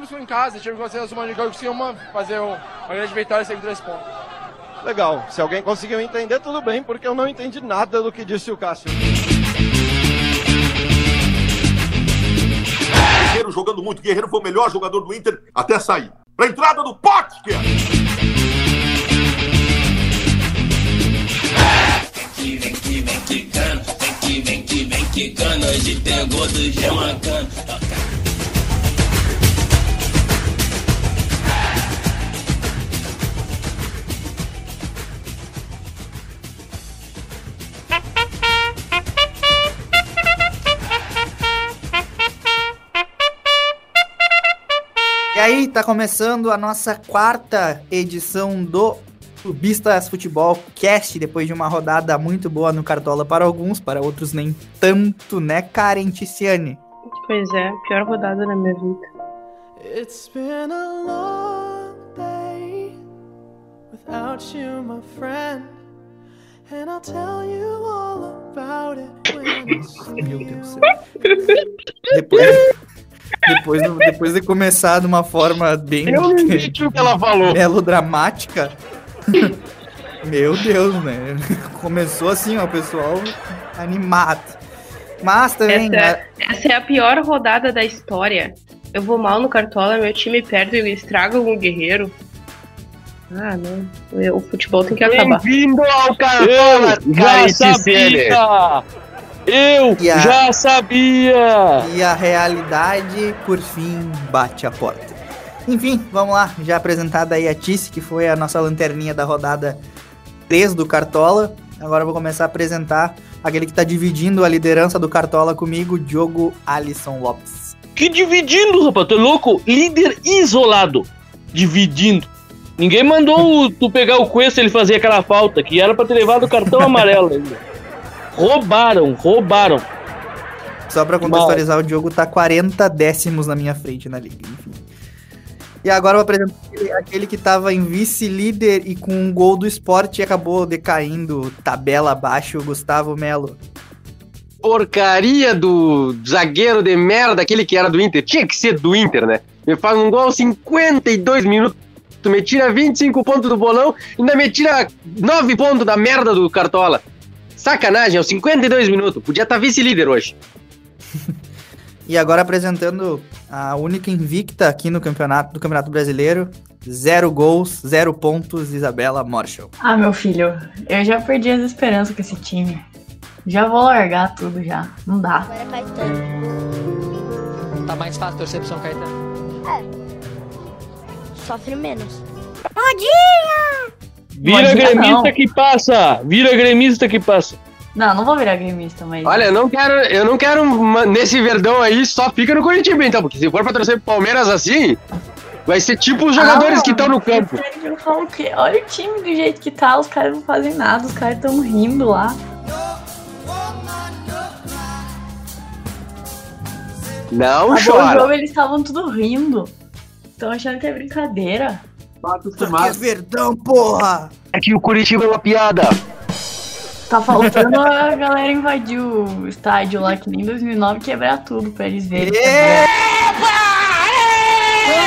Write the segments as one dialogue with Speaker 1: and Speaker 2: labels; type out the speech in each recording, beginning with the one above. Speaker 1: mesmo um em casa, tive uma sensação de que costuma fazer um, uma grande vitória e sempre três pontos.
Speaker 2: Legal. Se alguém conseguiu entender, tudo bem, porque eu não entendi nada do que disse o Cássio.
Speaker 3: Guerreiro jogando muito. Guerreiro foi o melhor jogador do Inter até sair. Pra entrada do é. Potker!
Speaker 4: que vem que vem quicando, vem que vem que vem quicando, hoje tem o gol do Jean Mancano.
Speaker 5: E aí, tá começando a nossa quarta edição do Clubistas Futebol Cast, depois de uma rodada muito boa no Cartola para alguns, para outros nem tanto, né, Carenticiane?
Speaker 6: Pois é, pior rodada da minha vida.
Speaker 7: It's been a long day without you, my friend. And I'll tell you all about it when I see
Speaker 5: Meu Deus
Speaker 7: you.
Speaker 5: do céu. Depois, depois, depois de começar de uma forma bem
Speaker 8: Eu não entendi o que ela falou.
Speaker 5: melodramática. Meu Deus, né? Começou assim, ó, o pessoal animado. Mas também,
Speaker 6: Essa-
Speaker 5: né,
Speaker 6: Essa é a pior rodada da história. Eu vou mal no Cartola, meu time perde e estraga o Guerreiro. Ah, não. O futebol tem que acabar.
Speaker 8: Bem-vindo ao Cartola,
Speaker 9: Eu já
Speaker 8: Cariticelli.
Speaker 9: sabia! Eu
Speaker 5: E a-
Speaker 9: já sabia!
Speaker 5: e a realidade, por fim, bate a porta. Enfim, vamos lá. Já apresentada aí a Tice, que foi a nossa lanterninha da rodada 3 do Cartola. Agora eu vou começar a apresentar aquele que tá dividindo a liderança do Cartola comigo, Diogo Alisson Lopes.
Speaker 9: Que dividindo, rapaz, tu é louco? Líder isolado. Dividindo. Ninguém mandou o- tu pegar o Cuesta ele fazer aquela falta, que era pra ter levado o cartão amarelo ainda. Roubaram, roubaram.
Speaker 5: Só pra contextualizar, o Diogo tá 40 décimos na minha frente na liga, enfim. E agora eu vou apresentar aquele, aquele que tava em vice-líder e com um gol do esporte e acabou decaindo tabela abaixo, Gustavo Melo.
Speaker 8: Porcaria do zagueiro de merda, aquele que era do Inter. Tinha que ser do Inter, né? Me faz um gol aos 52 minutos. Tu me tira 25 pontos do bolão e ainda me tira 9 pontos da merda do Cartola. Sacanagem, aos 52 minutos. Podia estar vice-líder hoje.
Speaker 5: E agora apresentando a única invicta aqui no campeonato do Campeonato Brasileiro, zero gols, zero pontos, Isabela Marshall.
Speaker 10: Ah, meu filho, eu já perdi as esperanças com esse time. Já vou largar tudo já. Não dá.
Speaker 11: Agora é Caetano.
Speaker 12: Tá mais fácil torcer pro São Caetano.
Speaker 11: É. Sofre menos.
Speaker 9: Vira
Speaker 10: Imagina,
Speaker 9: gremista
Speaker 10: não.
Speaker 9: que passa! Vira gremista que passa.
Speaker 10: Não, não vou virar gremista, mas.
Speaker 8: Olha, eu não quero, eu não quero uma- nesse verdão aí, só fica no Curitiba, então, porque se for pra torcer pro Palmeiras assim, vai ser tipo os jogadores
Speaker 10: Ah,
Speaker 8: que estão no
Speaker 10: eu
Speaker 8: campo.
Speaker 10: quero que eu falo que- Olha o time do jeito que tá, os caras não fazem nada, os caras tão rindo lá.
Speaker 8: Não
Speaker 10: Acabou o
Speaker 8: chora.
Speaker 10: jogo, eles estavam tudo rindo. Estão achando que é brincadeira.
Speaker 5: Porque é verdão, porra!
Speaker 8: É que o Curitiba é uma piada.
Speaker 10: Tá faltando a galera invadir o estádio lá, que nem 2009, quebrar tudo pra eles verem.
Speaker 8: É,
Speaker 5: Epa!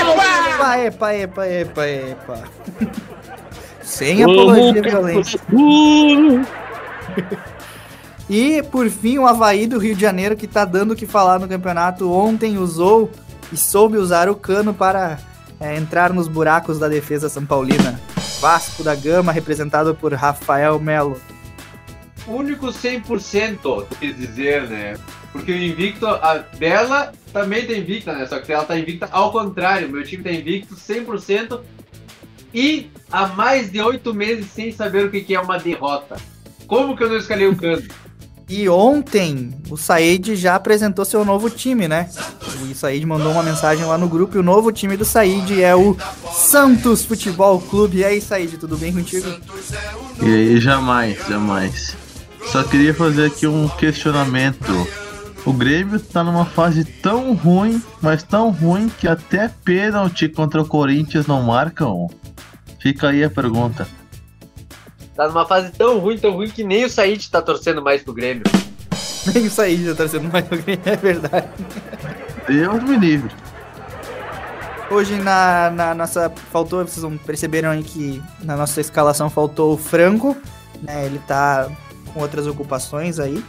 Speaker 5: Epa, epa, epa, epa, epa. Sem apologia de violência.
Speaker 9: Duro.
Speaker 5: E por fim, o Havaí do Rio de Janeiro, que tá dando o que falar no campeonato. Ontem usou e soube usar o cano para é, entrar nos buracos da defesa São Paulina. Vasco da Gama, representado por Rafael Melo.
Speaker 13: único 100%, quer dizer, né? Porque o invicto, a dela também tá invicta, né? Só que ela tá invicta ao contrário. Meu time tá invicto 100% e há mais de oito meses sem saber o que que é uma derrota. Como que eu não escalei o Cano?
Speaker 5: E ontem o Said já apresentou seu novo time, né? O Said mandou uma mensagem lá no grupo e o novo time do Said é o Santos Futebol Clube. E aí, Said, tudo bem contigo?
Speaker 14: E aí, jamais, jamais. Só queria fazer aqui um questionamento. O Grêmio tá numa fase tão ruim, mas tão ruim que até pênalti contra o Corinthians não marcam. Fica aí a pergunta.
Speaker 13: Tá numa fase tão ruim, tão ruim que nem o Said tá torcendo mais pro Grêmio.
Speaker 5: Nem o Said já tá sendo mais alguém, é verdade.
Speaker 14: Deus me livre.
Speaker 5: Hoje na, na nossa. Faltou, vocês não perceberam aí que na nossa escalação faltou o Franco. Né? Ele tá com outras ocupações aí.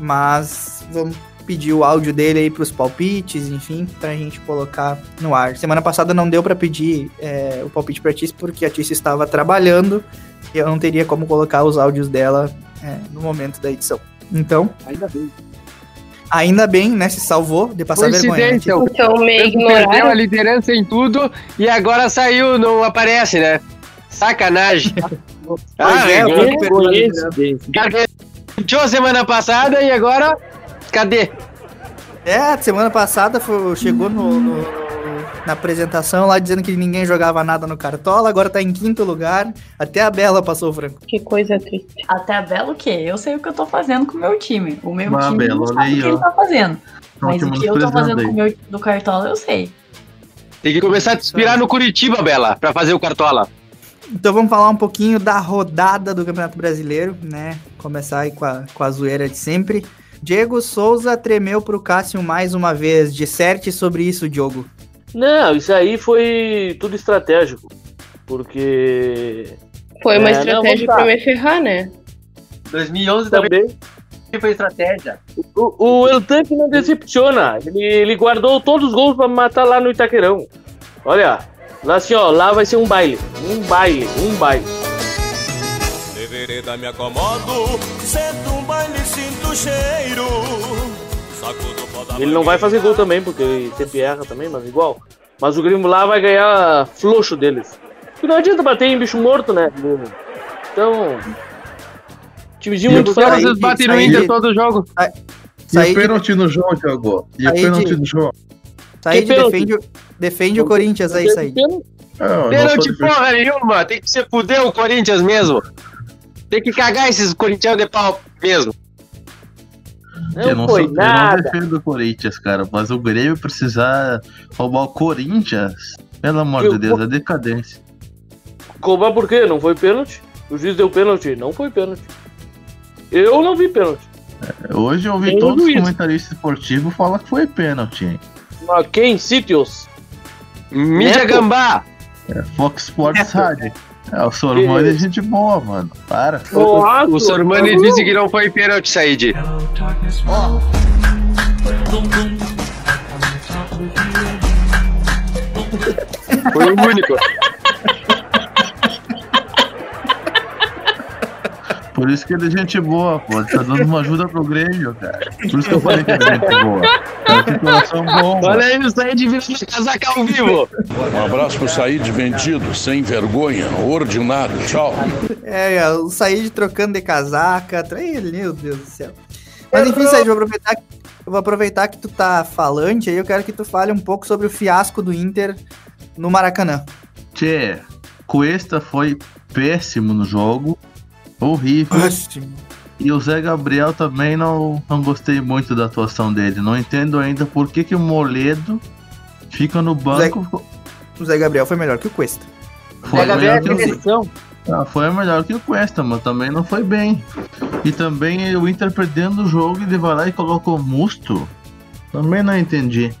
Speaker 5: Mas vamos pedir o áudio dele aí pros palpites, enfim, pra gente colocar no ar. Semana passada não deu pra pedir é, o palpite pra Tice, porque a Tice estava trabalhando e eu não teria como colocar os áudios dela é, no momento da edição. Então.
Speaker 11: Ainda bem.
Speaker 5: Ainda bem, né? Se salvou de passar vergonha. né,
Speaker 8: Coincidência.
Speaker 5: Tice?
Speaker 8: o
Speaker 6: Então,
Speaker 8: Franco perdeu a liderança em tudo e agora saiu, não aparece, né? Sacanagem.
Speaker 5: Pois é,
Speaker 8: vergonha.
Speaker 5: o Franco perdeu a
Speaker 8: Gaveteou semana passada e agora. Cadê?
Speaker 5: É, semana passada foi- chegou no, no- na apresentação lá dizendo que ninguém jogava nada no Cartola, agora tá em quinto lugar. Até a Bela passou o Franco.
Speaker 6: Que coisa triste.
Speaker 10: Até a Bela o quê? Eu sei o que eu tô fazendo com o meu time. O meu
Speaker 5: Ah,
Speaker 10: time
Speaker 5: Bela,
Speaker 10: não
Speaker 5: olha
Speaker 10: sabe
Speaker 5: aí,
Speaker 10: o que
Speaker 5: ó.
Speaker 10: ele tá fazendo.
Speaker 8: Então,
Speaker 5: Tão
Speaker 10: Mas
Speaker 5: te
Speaker 10: o que eu tô
Speaker 8: menosprezando
Speaker 10: fazendo
Speaker 8: aí.
Speaker 10: com o meu do Cartola, eu sei.
Speaker 8: Tem que começar a te inspirar no Curitiba, Bela, pra fazer o cartola.
Speaker 5: Então vamos falar um pouquinho da rodada do Campeonato Brasileiro, né? Começar aí com a, com a zoeira de sempre. Diego Souza tremeu pro Cássio mais uma vez. Disserte sobre isso, Diogo.
Speaker 9: Não, isso aí foi tudo estratégico. Porque.
Speaker 6: Foi uma
Speaker 9: É, não,
Speaker 6: estratégia
Speaker 9: vamos lá.
Speaker 6: pra me ferrar, né?
Speaker 13: 2011
Speaker 9: também.
Speaker 13: foi estratégia.
Speaker 9: O, o El Tanque não decepciona. Ele, ele guardou todos os gols pra matar lá no Itaquerão. Olha, lá assim, ó, lá vai ser um baile. Um baile, um baile.
Speaker 15: De vereda me acomodo, sento um baile sinto o cheiro. Sacudo o pó da
Speaker 9: Ele não vai fazer gol também, porque ele sempre erra também, mas igual. Mas o Grêmio lá vai ganhar floxo deles. Porque não adianta bater em bicho morto, né? Então. Timezinho muito fraco.
Speaker 8: todo jogo.
Speaker 14: E
Speaker 5: saí
Speaker 14: o
Speaker 5: de-
Speaker 14: pênalti no jogo, Diogo? E o
Speaker 5: Saí
Speaker 14: pênalti
Speaker 5: de-
Speaker 14: no jogo?
Speaker 5: Said,
Speaker 14: Que pênalti?
Speaker 5: defende, o- defende o Corinthians é aí, Said.
Speaker 14: não
Speaker 8: Pênalti porra nenhuma, tem que se fuder o Corinthians mesmo. Tem que cagar esses corintianos de pau mesmo.
Speaker 14: eu não sou, Eu não defendo o Corinthians, cara, mas o Grêmio precisar roubar o Corinthians, pelo amor
Speaker 9: Eu-
Speaker 14: de Deus, é decadência.
Speaker 9: Cobrar é por quê? Não foi pênalti? O juiz deu pênalti? Não foi pênalti. Eu não vi pênalti.
Speaker 14: Hoje eu ouvi
Speaker 9: Eu
Speaker 14: todos os
Speaker 9: juiz.
Speaker 14: comentaristas esportivos falar que foi pênalti, hein?
Speaker 9: Mas quem? Sítios?
Speaker 14: Mídia
Speaker 9: Neto?
Speaker 14: Gambá. É, Fox Sports Rádio. É, o Sormani é
Speaker 8: Isso.
Speaker 14: gente boa, mano. Para.
Speaker 8: O, o, o Sormani disse que não foi pênalti, Said. Foi o único.
Speaker 14: Por isso que ele é gente boa, pô. Ele tá dando uma ajuda pro Grêmio, cara. Por isso que eu falei que ele é gente boa. Ele tem coração bom.
Speaker 8: Olha aí o Said virando casaca ao vivo.
Speaker 16: Um abraço pro Said vendido, sem vergonha, ordinário. Tchau.
Speaker 5: É, o Said trocando de casaca. tra- Ih, meu Deus do céu. Mas enfim, Said, vou aproveitar, que- eu vou aproveitar que tu tá falante aí. Eu quero que tu fale um pouco sobre o fiasco do Inter no Maracanã.
Speaker 14: Tchê, Cuesta foi péssimo no jogo. Horrível. E o Zé Gabriel também não, não gostei muito da atuação dele. Não entendo ainda por que, que o Moledo fica no banco.
Speaker 5: O Zé Gabriel foi melhor que o Cuesta.
Speaker 14: Foi melhor
Speaker 5: é
Speaker 14: que o
Speaker 8: questão.
Speaker 14: Ah, foi melhor que o Cuesta, mas também não foi bem. E também o Inter perdendo o jogo, ele vai lá e coloca o Musto. Também não entendi.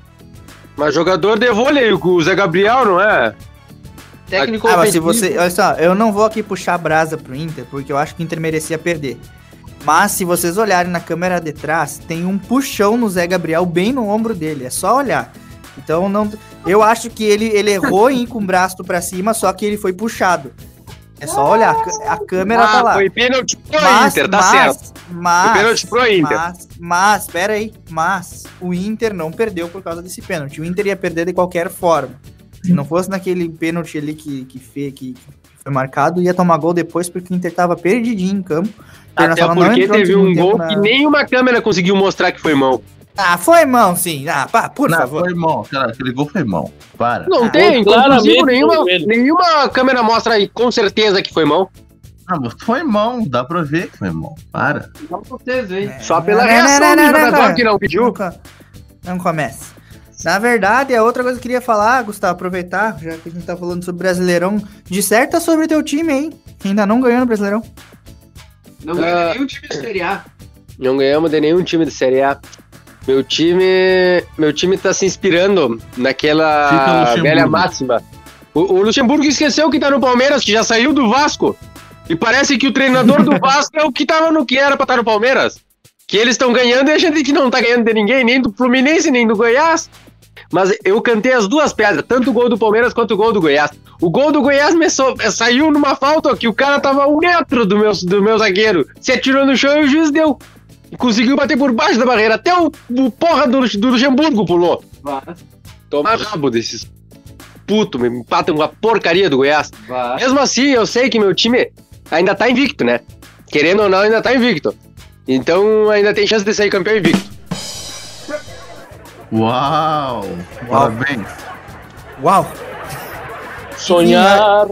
Speaker 8: Mas jogador de vôlei, o Zé Gabriel, não é?
Speaker 5: Ah, mas se você, olha só, eu não vou aqui puxar a brasa pro Inter, porque eu acho que o Inter merecia perder. Mas se vocês olharem na câmera de trás, tem um puxão no Zé Gabriel bem no ombro dele, é só olhar. Então não, eu acho que ele, ele errou em ir com o braço pra cima, só que ele foi puxado. É só olhar, a c- a câmera
Speaker 8: ah,
Speaker 5: tá lá.
Speaker 8: foi pênalti pro
Speaker 5: Mas-
Speaker 8: Inter, tá
Speaker 5: mas-
Speaker 8: certo.
Speaker 5: Mas,
Speaker 8: Foi pênalti pro Inter.
Speaker 5: Mas, mas, pera aí. Mas o Inter não perdeu por causa desse pênalti. O Inter ia perder de qualquer forma. Se não fosse naquele pênalti ali que, que, fe, que, que foi marcado, ia tomar gol depois, porque o Inter tava perdidinho em campo. O
Speaker 8: Até
Speaker 5: Internacional tá não
Speaker 8: porque
Speaker 5: entrou no
Speaker 8: teve
Speaker 5: segundo
Speaker 8: um
Speaker 5: tempo
Speaker 8: gol
Speaker 5: na-
Speaker 8: que nenhuma câmera conseguiu mostrar que foi mão.
Speaker 5: Ah, foi mão, sim. Ah, pá, por
Speaker 14: não,
Speaker 5: favor.
Speaker 14: Foi mão, cara, aquele gol foi mão. Para.
Speaker 8: Não
Speaker 14: Ah,
Speaker 8: tem,
Speaker 14: gol
Speaker 8: inclusive
Speaker 14: conclusivo
Speaker 8: nenhuma, nenhuma câmera mostra aí com certeza que foi mão.
Speaker 14: Ah, mas foi mão, dá pra ver que foi mão. Para.
Speaker 13: Só pra vocês, hein?
Speaker 8: Só
Speaker 5: É. Não,
Speaker 8: pela
Speaker 5: não,
Speaker 8: reação
Speaker 5: não,
Speaker 8: do
Speaker 5: não, não,
Speaker 8: jogador
Speaker 5: não.
Speaker 8: que não pediu.
Speaker 5: Não, co- não comece. Na verdade, a outra coisa que eu queria falar, Gustavo, aproveitar, já que a gente tá falando sobre Brasileirão, disserta sobre teu time, hein? Que ainda não ganhou no Brasileirão.
Speaker 8: Ah.
Speaker 13: Não ganhou nenhum time de Série A.
Speaker 8: Não ganhamos de nenhum time de Série A. Meu time. Meu time tá se inspirando
Speaker 14: Fica
Speaker 8: naquela
Speaker 14: Luxemburgo.
Speaker 8: velha máxima. O, o Luxemburgo esqueceu que tá no Palmeiras, que já saiu do Vasco. E parece que o treinador do Vasco é o que tava no que era pra estar no Palmeiras. Que eles estão ganhando e a gente que não tá ganhando de ninguém, nem do Fluminense, nem do Goiás. Mas eu cantei as duas pedras, tanto o gol do Palmeiras quanto o gol do Goiás. O gol do Goiás me so- saiu numa falta que o cara tava a um metro do meu, do meu zagueiro. Se atirou no chão e o juiz deu. E conseguiu bater por baixo da barreira. Até o, o porra do, Lux- do Luxemburgo pulou. Toma rabo desses puto, me empatam com a porcaria do Goiás. Mesmo assim, eu sei que meu time ainda tá invicto, né? Querendo ou não, ainda tá invicto. Então ainda tem chance de sair campeão invicto.
Speaker 14: Uau! Parabéns!
Speaker 5: Uau!
Speaker 9: Sonhar,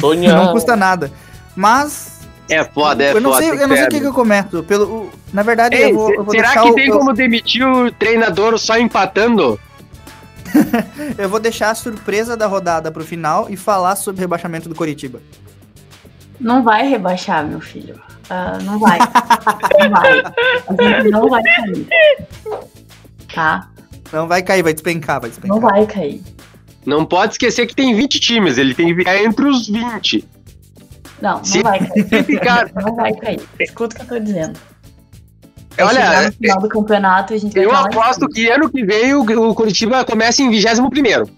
Speaker 9: sonhar.
Speaker 5: Não custa nada. Mas.
Speaker 8: É foda, é
Speaker 5: eu não
Speaker 8: foda.
Speaker 5: sei, eu não sei o que, que eu cometo. Pelo, o- na verdade, eu vou, eu vou
Speaker 8: será
Speaker 5: deixar
Speaker 8: que
Speaker 5: o-
Speaker 8: tem
Speaker 5: eu-
Speaker 8: como demitir o treinador só empatando?
Speaker 5: Eu vou deixar a surpresa da rodada pro final e falar sobre o rebaixamento do Coritiba.
Speaker 10: Não vai rebaixar, meu filho. Ah, não vai. não vai. A gente não vai cair. Tá?
Speaker 5: Não Então vai cair, vai despencar, vai despencar.
Speaker 10: Não vai cair.
Speaker 8: Não pode esquecer que tem 20 times, ele tem que ficar entre os 20.
Speaker 10: Não, não
Speaker 8: Se-
Speaker 10: vai
Speaker 8: se
Speaker 10: cair.
Speaker 8: ficar-
Speaker 10: Não vai cair. Escuta o que eu tô dizendo.
Speaker 5: É
Speaker 10: chegar
Speaker 8: Olha, é-
Speaker 10: no final do campeonato e a gente vai
Speaker 8: eu
Speaker 10: falar
Speaker 8: aposto que ano que vem o, o Curitiba começa em 21 primeiro.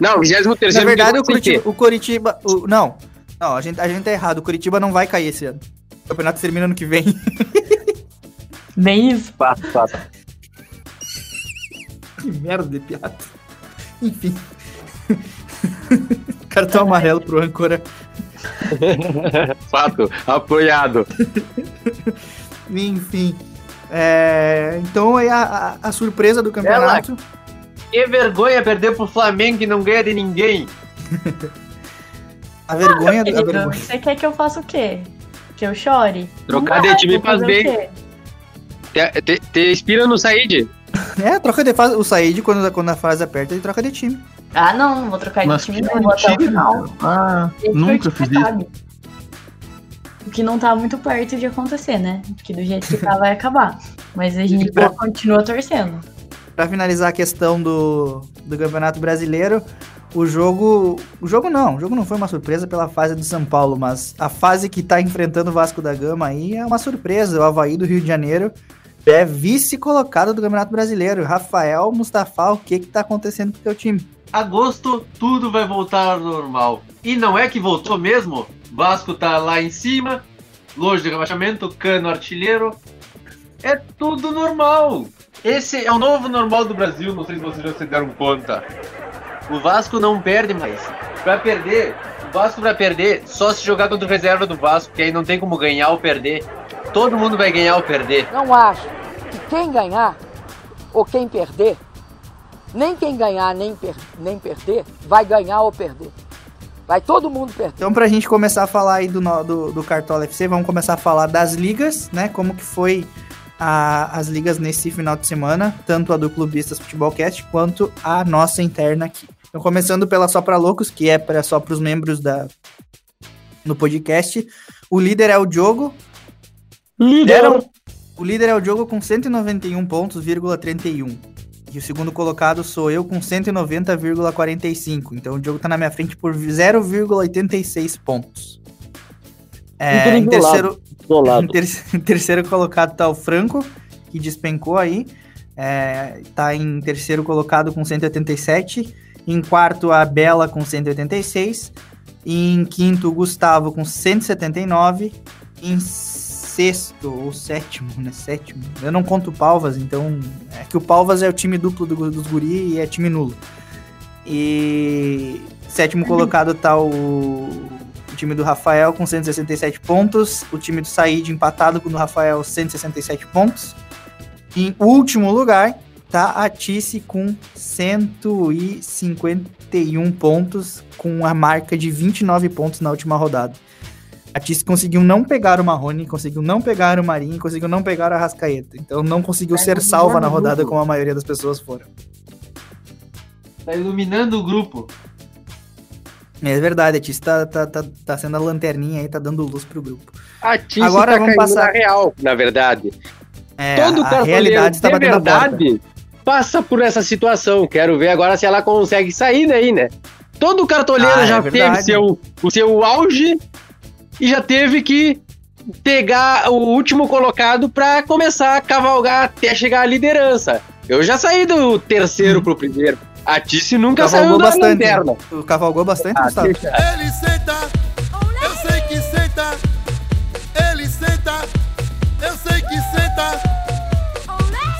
Speaker 8: Não, 23
Speaker 5: Na verdade,
Speaker 8: porque
Speaker 5: o Curitiba. O Curitiba o- não, não a, gente, a gente tá errado. O Curitiba não vai cair esse ano. O campeonato termina ano que vem.
Speaker 10: Bem isso.
Speaker 8: Passa, passa.
Speaker 5: que merda de piada. Enfim. Cartão amarelo pro âncora.
Speaker 8: Fato, apoiado.
Speaker 5: Enfim. É, então é a, a- a surpresa do campeonato.
Speaker 8: Que vergonha perder pro Flamengo que não ganha de ninguém.
Speaker 5: A vergonha,
Speaker 10: Querido,
Speaker 5: a vergonha.
Speaker 10: Você quer que eu faça o quê? Que eu chore?
Speaker 8: Trocar
Speaker 10: Não
Speaker 8: de
Speaker 10: vai,
Speaker 8: time
Speaker 10: vou
Speaker 8: faz
Speaker 10: fazer o
Speaker 8: bem.
Speaker 10: quê?
Speaker 8: Te, te- te inspira no Said.
Speaker 5: É, troca de fase. O Said, quando, quando a fase aperta, ele troca de time.
Speaker 10: Ah, não, não vou trocar de
Speaker 5: Mas
Speaker 10: time,
Speaker 5: que
Speaker 10: não vou até o final.
Speaker 14: é Ah,
Speaker 10: Esse
Speaker 14: nunca
Speaker 10: foi o
Speaker 14: fiz
Speaker 10: time,
Speaker 14: isso.
Speaker 10: sabe? O que não tá muito perto de acontecer, né? Porque do jeito que tá, vai acabar. Mas a gente continua torcendo.
Speaker 5: Pra finalizar a questão do, do Campeonato Brasileiro, o jogo. O jogo não, o jogo não foi uma surpresa pela fase do São Paulo, mas a fase que tá enfrentando o Vasco da Gama aí é uma surpresa. O Havaí do Rio de Janeiro é vice-colocado do Campeonato Brasileiro. Rafael Mustafa, o que que tá acontecendo com o teu time?
Speaker 13: Agosto, tudo vai voltar ao normal. E não é que voltou mesmo? Vasco tá lá em cima, longe do rebaixamento, cano artilheiro. É tudo normal. Esse é o novo normal do Brasil, não sei se vocês já se deram conta. O Vasco não perde mais. Vai perder. O Vasco vai perder só se jogar contra o reserva do Vasco, que aí não tem como ganhar ou perder. Todo mundo vai ganhar ou perder.
Speaker 11: Não acho que quem ganhar ou quem perder, nem quem ganhar nem, per- nem perder, vai ganhar ou perder. Vai todo mundo perder.
Speaker 5: Então, pra gente começar a falar aí do, no- do, do Cartola FC, vamos começar a falar das ligas, né? Como que foi a- as ligas nesse final de semana, tanto a do Clubistas Futebolcast quanto a nossa interna aqui. Então, começando pela Só Pra Loucos, que é pra, só pros membros da, no podcast. O líder é o Diogo.
Speaker 9: Líder!
Speaker 5: o líder é o Diogo com 191 pontos, vírgula 31. E o segundo colocado sou eu com 190,45. Então o Diogo tá na minha frente por 0,86 pontos. É,
Speaker 9: Líder
Speaker 5: em
Speaker 9: isolado,
Speaker 5: terceiro,
Speaker 9: isolado.
Speaker 5: em ter- em terceiro colocado tá o Franco, que despencou aí. É, tá em terceiro colocado com 187. Em quarto, a Bela com 186. Em quinto, o Gustavo com 179. Em sexto ou sétimo, né? Sétimo. Eu não conto o Palvas, então. É que o Palvas é o time duplo do- dos guri e é time nulo. E sétimo colocado tá o, o time do Rafael com 167 pontos. O time do Said empatado com o do Rafael 167 pontos. Em último lugar, tá a Tice com 151 pontos, com a marca de 29 pontos na última rodada. A Tice conseguiu não pegar o Marrone, conseguiu não pegar o Marinho, conseguiu não pegar a Rascaeta. Então não conseguiu
Speaker 13: Tá
Speaker 5: ser
Speaker 13: iluminando
Speaker 5: salva na
Speaker 13: o
Speaker 5: rodada
Speaker 13: grupo.
Speaker 5: como a maioria das pessoas foram.
Speaker 13: Tá iluminando o grupo.
Speaker 5: É verdade, a Tice tá, tá, tá, tá sendo a lanterninha aí, tá dando luz pro grupo.
Speaker 8: A Tice
Speaker 5: Agora
Speaker 8: tá
Speaker 5: vamos
Speaker 8: caindo
Speaker 5: passar-
Speaker 8: na real, na verdade.
Speaker 5: É,
Speaker 8: Todo
Speaker 5: a
Speaker 8: cartoleiro
Speaker 5: realidade
Speaker 8: de
Speaker 5: está batendo a porta.
Speaker 8: verdade passa por essa situação. Quero ver agora se ela consegue sair daí, né? Todo cartoleiro
Speaker 5: Ah, é
Speaker 8: já teve
Speaker 5: verdade.
Speaker 8: seu, o seu auge e já teve que pegar o último colocado pra começar a cavalgar até chegar à liderança. Eu já saí do terceiro pro primeiro. A Tice nunca saiu
Speaker 5: Cavalgou
Speaker 8: da
Speaker 5: bastante.
Speaker 8: lanterna. Ah,
Speaker 5: Tu cavalgou bastante, Gustavo.
Speaker 15: Ele senta, eu sei que senta. Ele senta, eu sei que senta.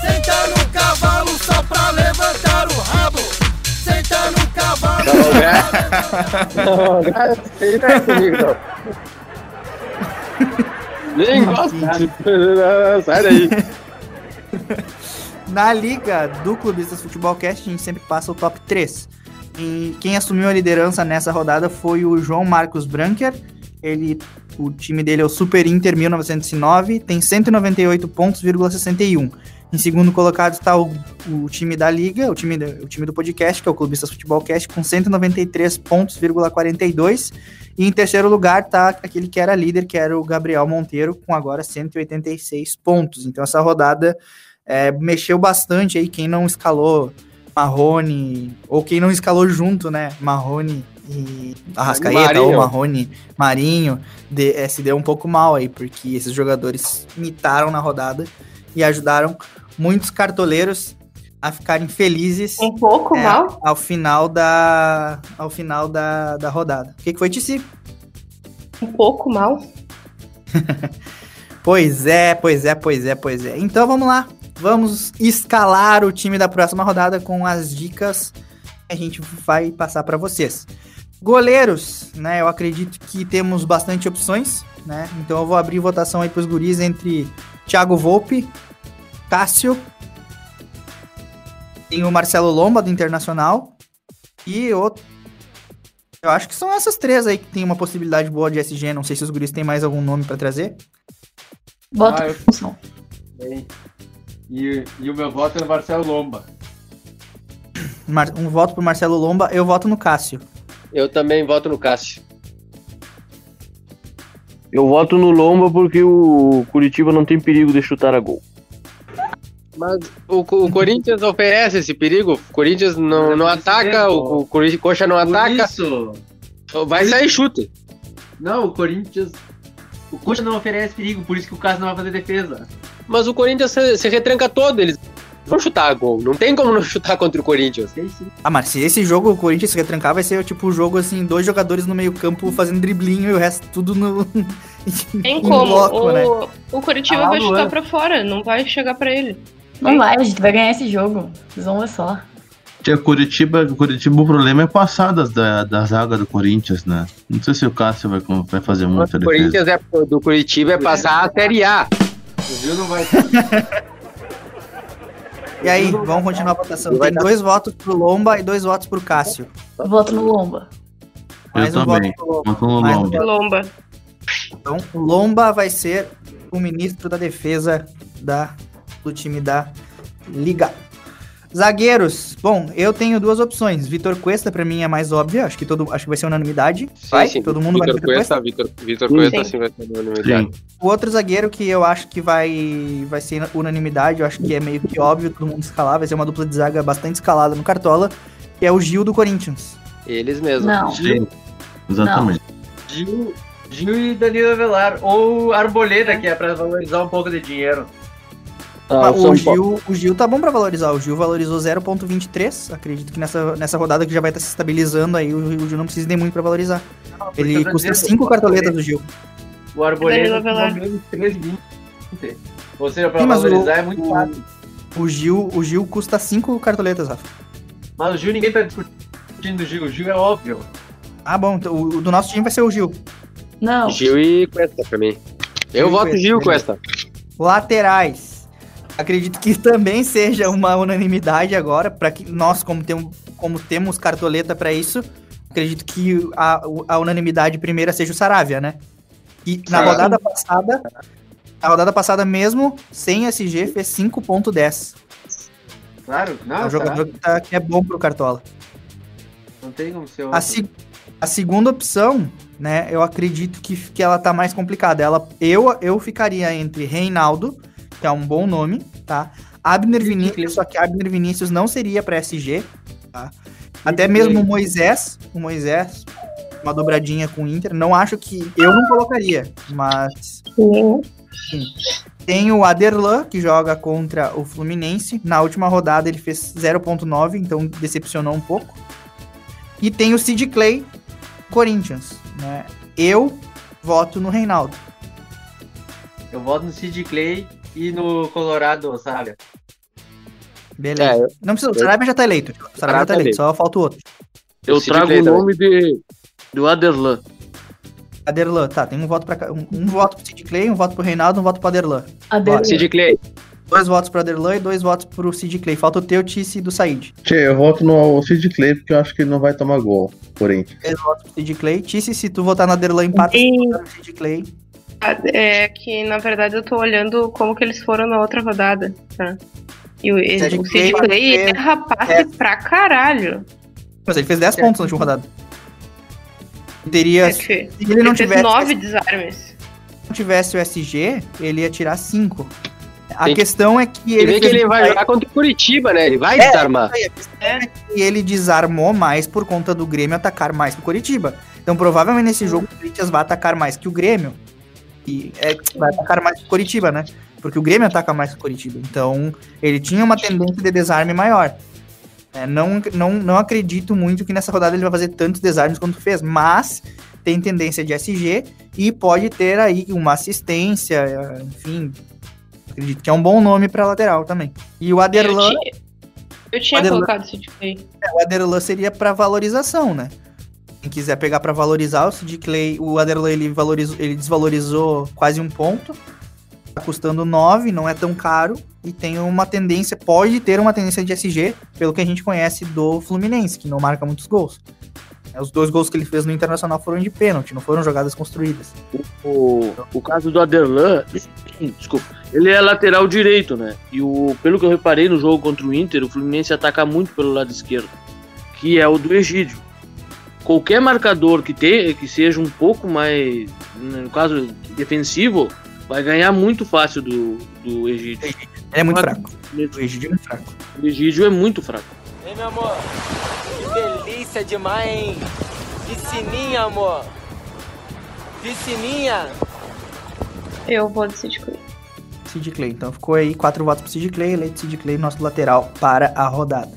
Speaker 15: Senta no cavalo só pra levantar o rabo. Senta no cavalo.
Speaker 8: Não, ele não é comigo, não. Nem gosto de- Sai daí.
Speaker 5: Na liga do Clubistas Futebol Cast, a gente sempre passa o top 3. E quem assumiu a liderança nessa rodada foi o João Marcos Branker. Ele, o time dele é o Super Inter 1909, tem 198 pontos, vírgula 61. Em segundo colocado está o, o time da liga, o time, da- o time do podcast, que é o Clubistas Futebol Cast, com 193 pontos, vírgula 42. E em terceiro lugar tá aquele que era líder, que era o Gabriel Monteiro, com agora 186 pontos. Então essa rodada é, mexeu bastante aí quem não escalou Marrone, ou quem não escalou junto, né? Marrone e Arrascaeta, ou
Speaker 8: Marinho.
Speaker 5: Marrone, Marinho, de- é, se deu um pouco mal aí, porque esses jogadores imitaram na rodada e ajudaram muitos cartoleiros a ficarem felizes
Speaker 10: Um pouco
Speaker 5: é,
Speaker 10: mal?
Speaker 5: ao final da ao final da, da rodada. O que, que foi de si?
Speaker 6: Um pouco mal.
Speaker 5: Pois é, pois é, pois é, pois é. Então vamos lá. Vamos escalar o time da próxima rodada com as dicas que a gente vai passar para vocês. Goleiros, né? Eu acredito que temos bastante opções, né? Então eu vou abrir votação aí pros guris entre Thiago Volpe, Cássio, tem o Marcelo Lomba do Internacional e o eu acho que são essas três aí que tem uma possibilidade boa de SG. Não sei se os guris têm mais algum nome para trazer.
Speaker 10: Bota
Speaker 13: Ah, eu-
Speaker 10: função.
Speaker 13: Bem. E, e o meu voto é no Marcelo Lomba.
Speaker 5: Mar- um voto pro Marcelo Lomba, eu voto no Cássio.
Speaker 8: Eu também voto no Cássio.
Speaker 9: Eu voto no Lomba porque o Curitiba não tem perigo de chutar a gol.
Speaker 8: Mas o, Co-
Speaker 13: Uhum.
Speaker 8: o Corinthians oferece esse perigo. O Corinthians não, não ataca, o, o Cori- Coxa não ataca.
Speaker 13: Isso.
Speaker 8: Vai sair chute.
Speaker 13: Não, o Corinthians. O Coxa não oferece perigo, por isso que o Cássio não vai fazer defesa.
Speaker 8: Mas o Corinthians se, se retranca todo. Eles vão chutar a gol. Não tem como não chutar contra o Corinthians.
Speaker 5: Ah, mas se esse jogo o Corinthians retrancar, vai ser tipo o jogo assim, dois jogadores no meio-campo fazendo driblinho e o resto tudo no.
Speaker 6: Tem
Speaker 5: em
Speaker 6: como.
Speaker 5: bloco,
Speaker 6: o,
Speaker 5: né?
Speaker 6: o Curitiba
Speaker 10: Ah,
Speaker 6: vai
Speaker 10: Luan.
Speaker 6: chutar pra fora, não vai chegar pra ele.
Speaker 10: Não vai, a gente vai ganhar esse jogo. Vocês vão ver só.
Speaker 14: Que a Curitiba, Curitiba, o problema é passar das, da, da zaga do Corinthians, né? Não sei se o Cássio vai, com- vai fazer muita
Speaker 8: O
Speaker 14: defesa.
Speaker 8: Corinthians é, do Curitiba é passar a Série A.
Speaker 13: O Gil não vai.
Speaker 5: E aí, vamos continuar a votação.
Speaker 8: Vai
Speaker 5: Tem
Speaker 8: dar-
Speaker 5: dois votos pro Lomba e dois votos pro Cássio.
Speaker 10: Voto no Lomba.
Speaker 5: Mais um
Speaker 14: Eu também.
Speaker 5: voto pro Lomba.
Speaker 14: Voto no
Speaker 5: Mais um
Speaker 14: Lomba.
Speaker 5: voto.
Speaker 6: Lomba.
Speaker 5: Então, o Lomba vai ser o ministro da defesa da, do time da Liga. Zagueiros. Bom, eu tenho duas opções. Vitor Cuesta, pra mim, é mais óbvia. Acho que, todo, acho que vai ser unanimidade. vai? Todo mundo vai no
Speaker 8: Vitor
Speaker 5: Vitor Cuesta?
Speaker 8: Cuesta, Vitor, Vitor
Speaker 5: Sim.
Speaker 8: Cuesta
Speaker 5: Sim.
Speaker 8: sim vai um ser unanimidade.
Speaker 5: O outro zagueiro que eu acho que vai, vai ser unanimidade, eu acho que é meio que óbvio todo mundo escalar, vai ser uma dupla de zaga bastante escalada no Cartola, que é o Gil do Corinthians.
Speaker 8: Eles mesmos.
Speaker 10: Não.
Speaker 14: Sim, Exatamente.
Speaker 13: Gil, Gil e Danilo Avelar. Ou Arboleda,
Speaker 8: Hum?
Speaker 13: que é pra valorizar um pouco de dinheiro.
Speaker 5: Ah,
Speaker 8: um
Speaker 5: o, Gil, o Gil tá bom pra valorizar. O Gil valorizou 0,23. Acredito que nessa, nessa rodada que já vai estar se estabilizando aí, o, o Gil não precisa nem muito pra valorizar. Ele
Speaker 13: tá
Speaker 5: custa
Speaker 13: dizendo,
Speaker 5: 5
Speaker 13: o
Speaker 5: cartoletas do Gil.
Speaker 13: O Arboleda
Speaker 6: Danilo Avelar.
Speaker 13: tem menos 3,20. Ou seja, pra
Speaker 5: Sim, mas o-
Speaker 13: valorizar é muito fácil.
Speaker 5: O Gil, o Gil custa 5 cartoletas, Rafa.
Speaker 13: Mas o Gil ninguém tá discutindo o Gil. O Gil é óbvio.
Speaker 5: Ah, bom. Então, o, o do nosso time vai ser o Gil.
Speaker 10: Não.
Speaker 8: Gil e Cuesta pra mim.
Speaker 5: Gil
Speaker 8: Eu
Speaker 5: e
Speaker 8: voto
Speaker 5: Cuesta,
Speaker 8: Gil e
Speaker 5: beleza.
Speaker 8: Cuesta.
Speaker 5: Laterais. Acredito que também seja uma unanimidade agora, para que nós, como, tem, um, como temos cartoleta para isso, acredito que a, a unanimidade primeira seja o Saravia, né? E na
Speaker 8: Saravia.
Speaker 5: rodada passada, na rodada passada mesmo, sem SG, fez 5.10.
Speaker 13: Claro,
Speaker 5: É
Speaker 8: Ah,
Speaker 13: não,
Speaker 5: um
Speaker 13: tá.
Speaker 5: jogador que, tá- que é bom pro Cartola.
Speaker 13: não tem como ser
Speaker 5: A, se- a segunda opção, né? Eu acredito que, que ela tá mais complicada. Ela, eu, eu ficaria entre Reinaldo que é um bom nome, tá? Abner Vinícius, só que Abner Vinícius não seria para SG, tá? Até mesmo o Moisés, o Moisés, uma dobradinha com o Inter, não acho que eu não colocaria, mas enfim. Tem o Aderlan, que joga contra o Fluminense. Na última rodada ele fez 0.9, então decepcionou um pouco. E tem o Sid Clay, Corinthians. Né? Eu voto no Reinaldo.
Speaker 13: Eu voto no Sid Clay e no Colorado, sabe?
Speaker 5: Beleza.
Speaker 13: É, eu- Ah,
Speaker 5: Não precisa, o Sarabia já tá eleito. O Sarabia já tá eleito, só falta o outro.
Speaker 9: Eu trago
Speaker 8: um.
Speaker 9: o nome de, do Aderlan.
Speaker 5: Aderlan, tá, tem um voto pra cá. Um, um voto pro Sid Clay, um voto pro Reinaldo, um voto pro Aderlan.
Speaker 10: Aderlan.
Speaker 5: Bora.
Speaker 10: Sid
Speaker 9: Clay.
Speaker 5: Dois votos pro Aderlan e dois votos pro Sid Clay. Falta o teu, Tice e do Said.
Speaker 14: Tchê, eu volto no Sid Clay porque eu acho que ele não vai tomar gol, porém.
Speaker 5: Três votos pro Sid Clay. Tice, se tu votar na Aderlan, empata. Se tu votar no Sid Clay.
Speaker 6: É que, na verdade, eu tô olhando como que eles foram na outra rodada, tá? E o,
Speaker 5: Sid
Speaker 6: o Sid
Speaker 5: Clay
Speaker 6: Clay
Speaker 5: fez-
Speaker 6: é rapaz pra caralho.
Speaker 5: Mas ele fez 10 pontos na última rodada. Ele Teria. É, Se
Speaker 6: Ele,
Speaker 5: ele não
Speaker 6: fez
Speaker 5: tivesse,
Speaker 6: nove desarmes.
Speaker 5: se não tivesse o SG, ele ia tirar 5. A questão é que
Speaker 8: Você
Speaker 5: ele.
Speaker 8: vê que
Speaker 5: fez-
Speaker 8: ele vai jogar contra o Curitiba, né? Ele vai
Speaker 5: É,
Speaker 8: desarmar.
Speaker 5: isso aí, a questão é que ele desarmou mais por conta do Grêmio atacar mais pro Curitiba. Então, provavelmente nesse jogo, o Corinthians vai atacar mais que o Grêmio. E é, vai atacar mais que o Curitiba, né? Porque o Grêmio ataca mais que o Curitiba. Então, ele tinha uma tendência de desarme maior. É, não, não, não acredito muito que nessa rodada ele vai fazer tantos desarmes quanto fez, mas tem tendência de SG e pode ter aí uma assistência, eh, enfim. Acredito que é um bom nome pra lateral também. E o Aderlan.
Speaker 6: Eu tinha
Speaker 5: Aderlan-
Speaker 6: colocado o Sid Clay.
Speaker 5: é, o Aderlan seria pra valorização, né? Quem quiser pegar pra valorizar o Sid Clay, o Aderlan ele, valorizou, ele desvalorizou quase um ponto. Tá custando 9, não é tão caro. E tem uma tendência, pode ter uma tendência de SG, pelo que a gente conhece do Fluminense, que não marca muitos gols. É, Os dois gols que ele fez no Internacional foram de pênalti, não foram jogadas construídas.
Speaker 9: O, o caso do Aderlan, desculpa, ele é lateral direito, né? E o, pelo que eu reparei no jogo contra o Inter, o Fluminense ataca muito pelo lado esquerdo, que é o do Egídio. Qualquer marcador que tenha, que seja um pouco mais, né, no caso, defensivo, vai ganhar muito fácil do, do Egídio. Ele
Speaker 5: é muito fraco.
Speaker 9: O
Speaker 5: Egídio é muito fraco.
Speaker 9: O Egídio é muito fraco.
Speaker 17: Ei, meu amor, que delícia demais, hein? Piscininha, amor. Piscininha.
Speaker 6: Eu vou de Sid Clay.
Speaker 5: Sid Clay. Então ficou aí quatro votos pro Sid Clay, eleito Sid Clay, nosso lateral para a rodada.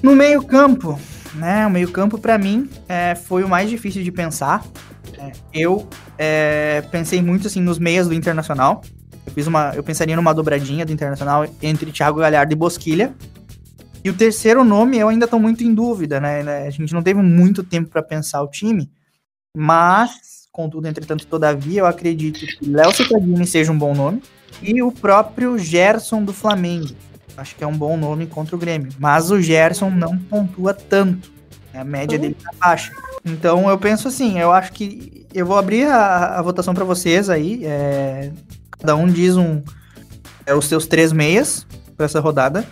Speaker 5: No meio-campo, né? O meio-campo pra mim é, foi o mais difícil de pensar. É, eu é, pensei muito assim nos meias do Internacional. Eu, fiz uma, eu pensaria numa dobradinha do Internacional entre Thiago Galhardo e Bosquilha. E o terceiro nome eu ainda tô muito em dúvida, né? né, A gente não teve muito tempo pra pensar o time, mas, contudo, entretanto, todavia, eu acredito que Léo Cittadini seja um bom nome e o próprio Gerson do Flamengo. Acho que é um bom nome contra o Grêmio, mas o Gerson não pontua tanto. né? A média dele tá baixa. Então eu penso assim, eu acho que eu vou abrir a, a votação pra vocês aí. é, cada um diz um é, os seus três meias pra essa rodada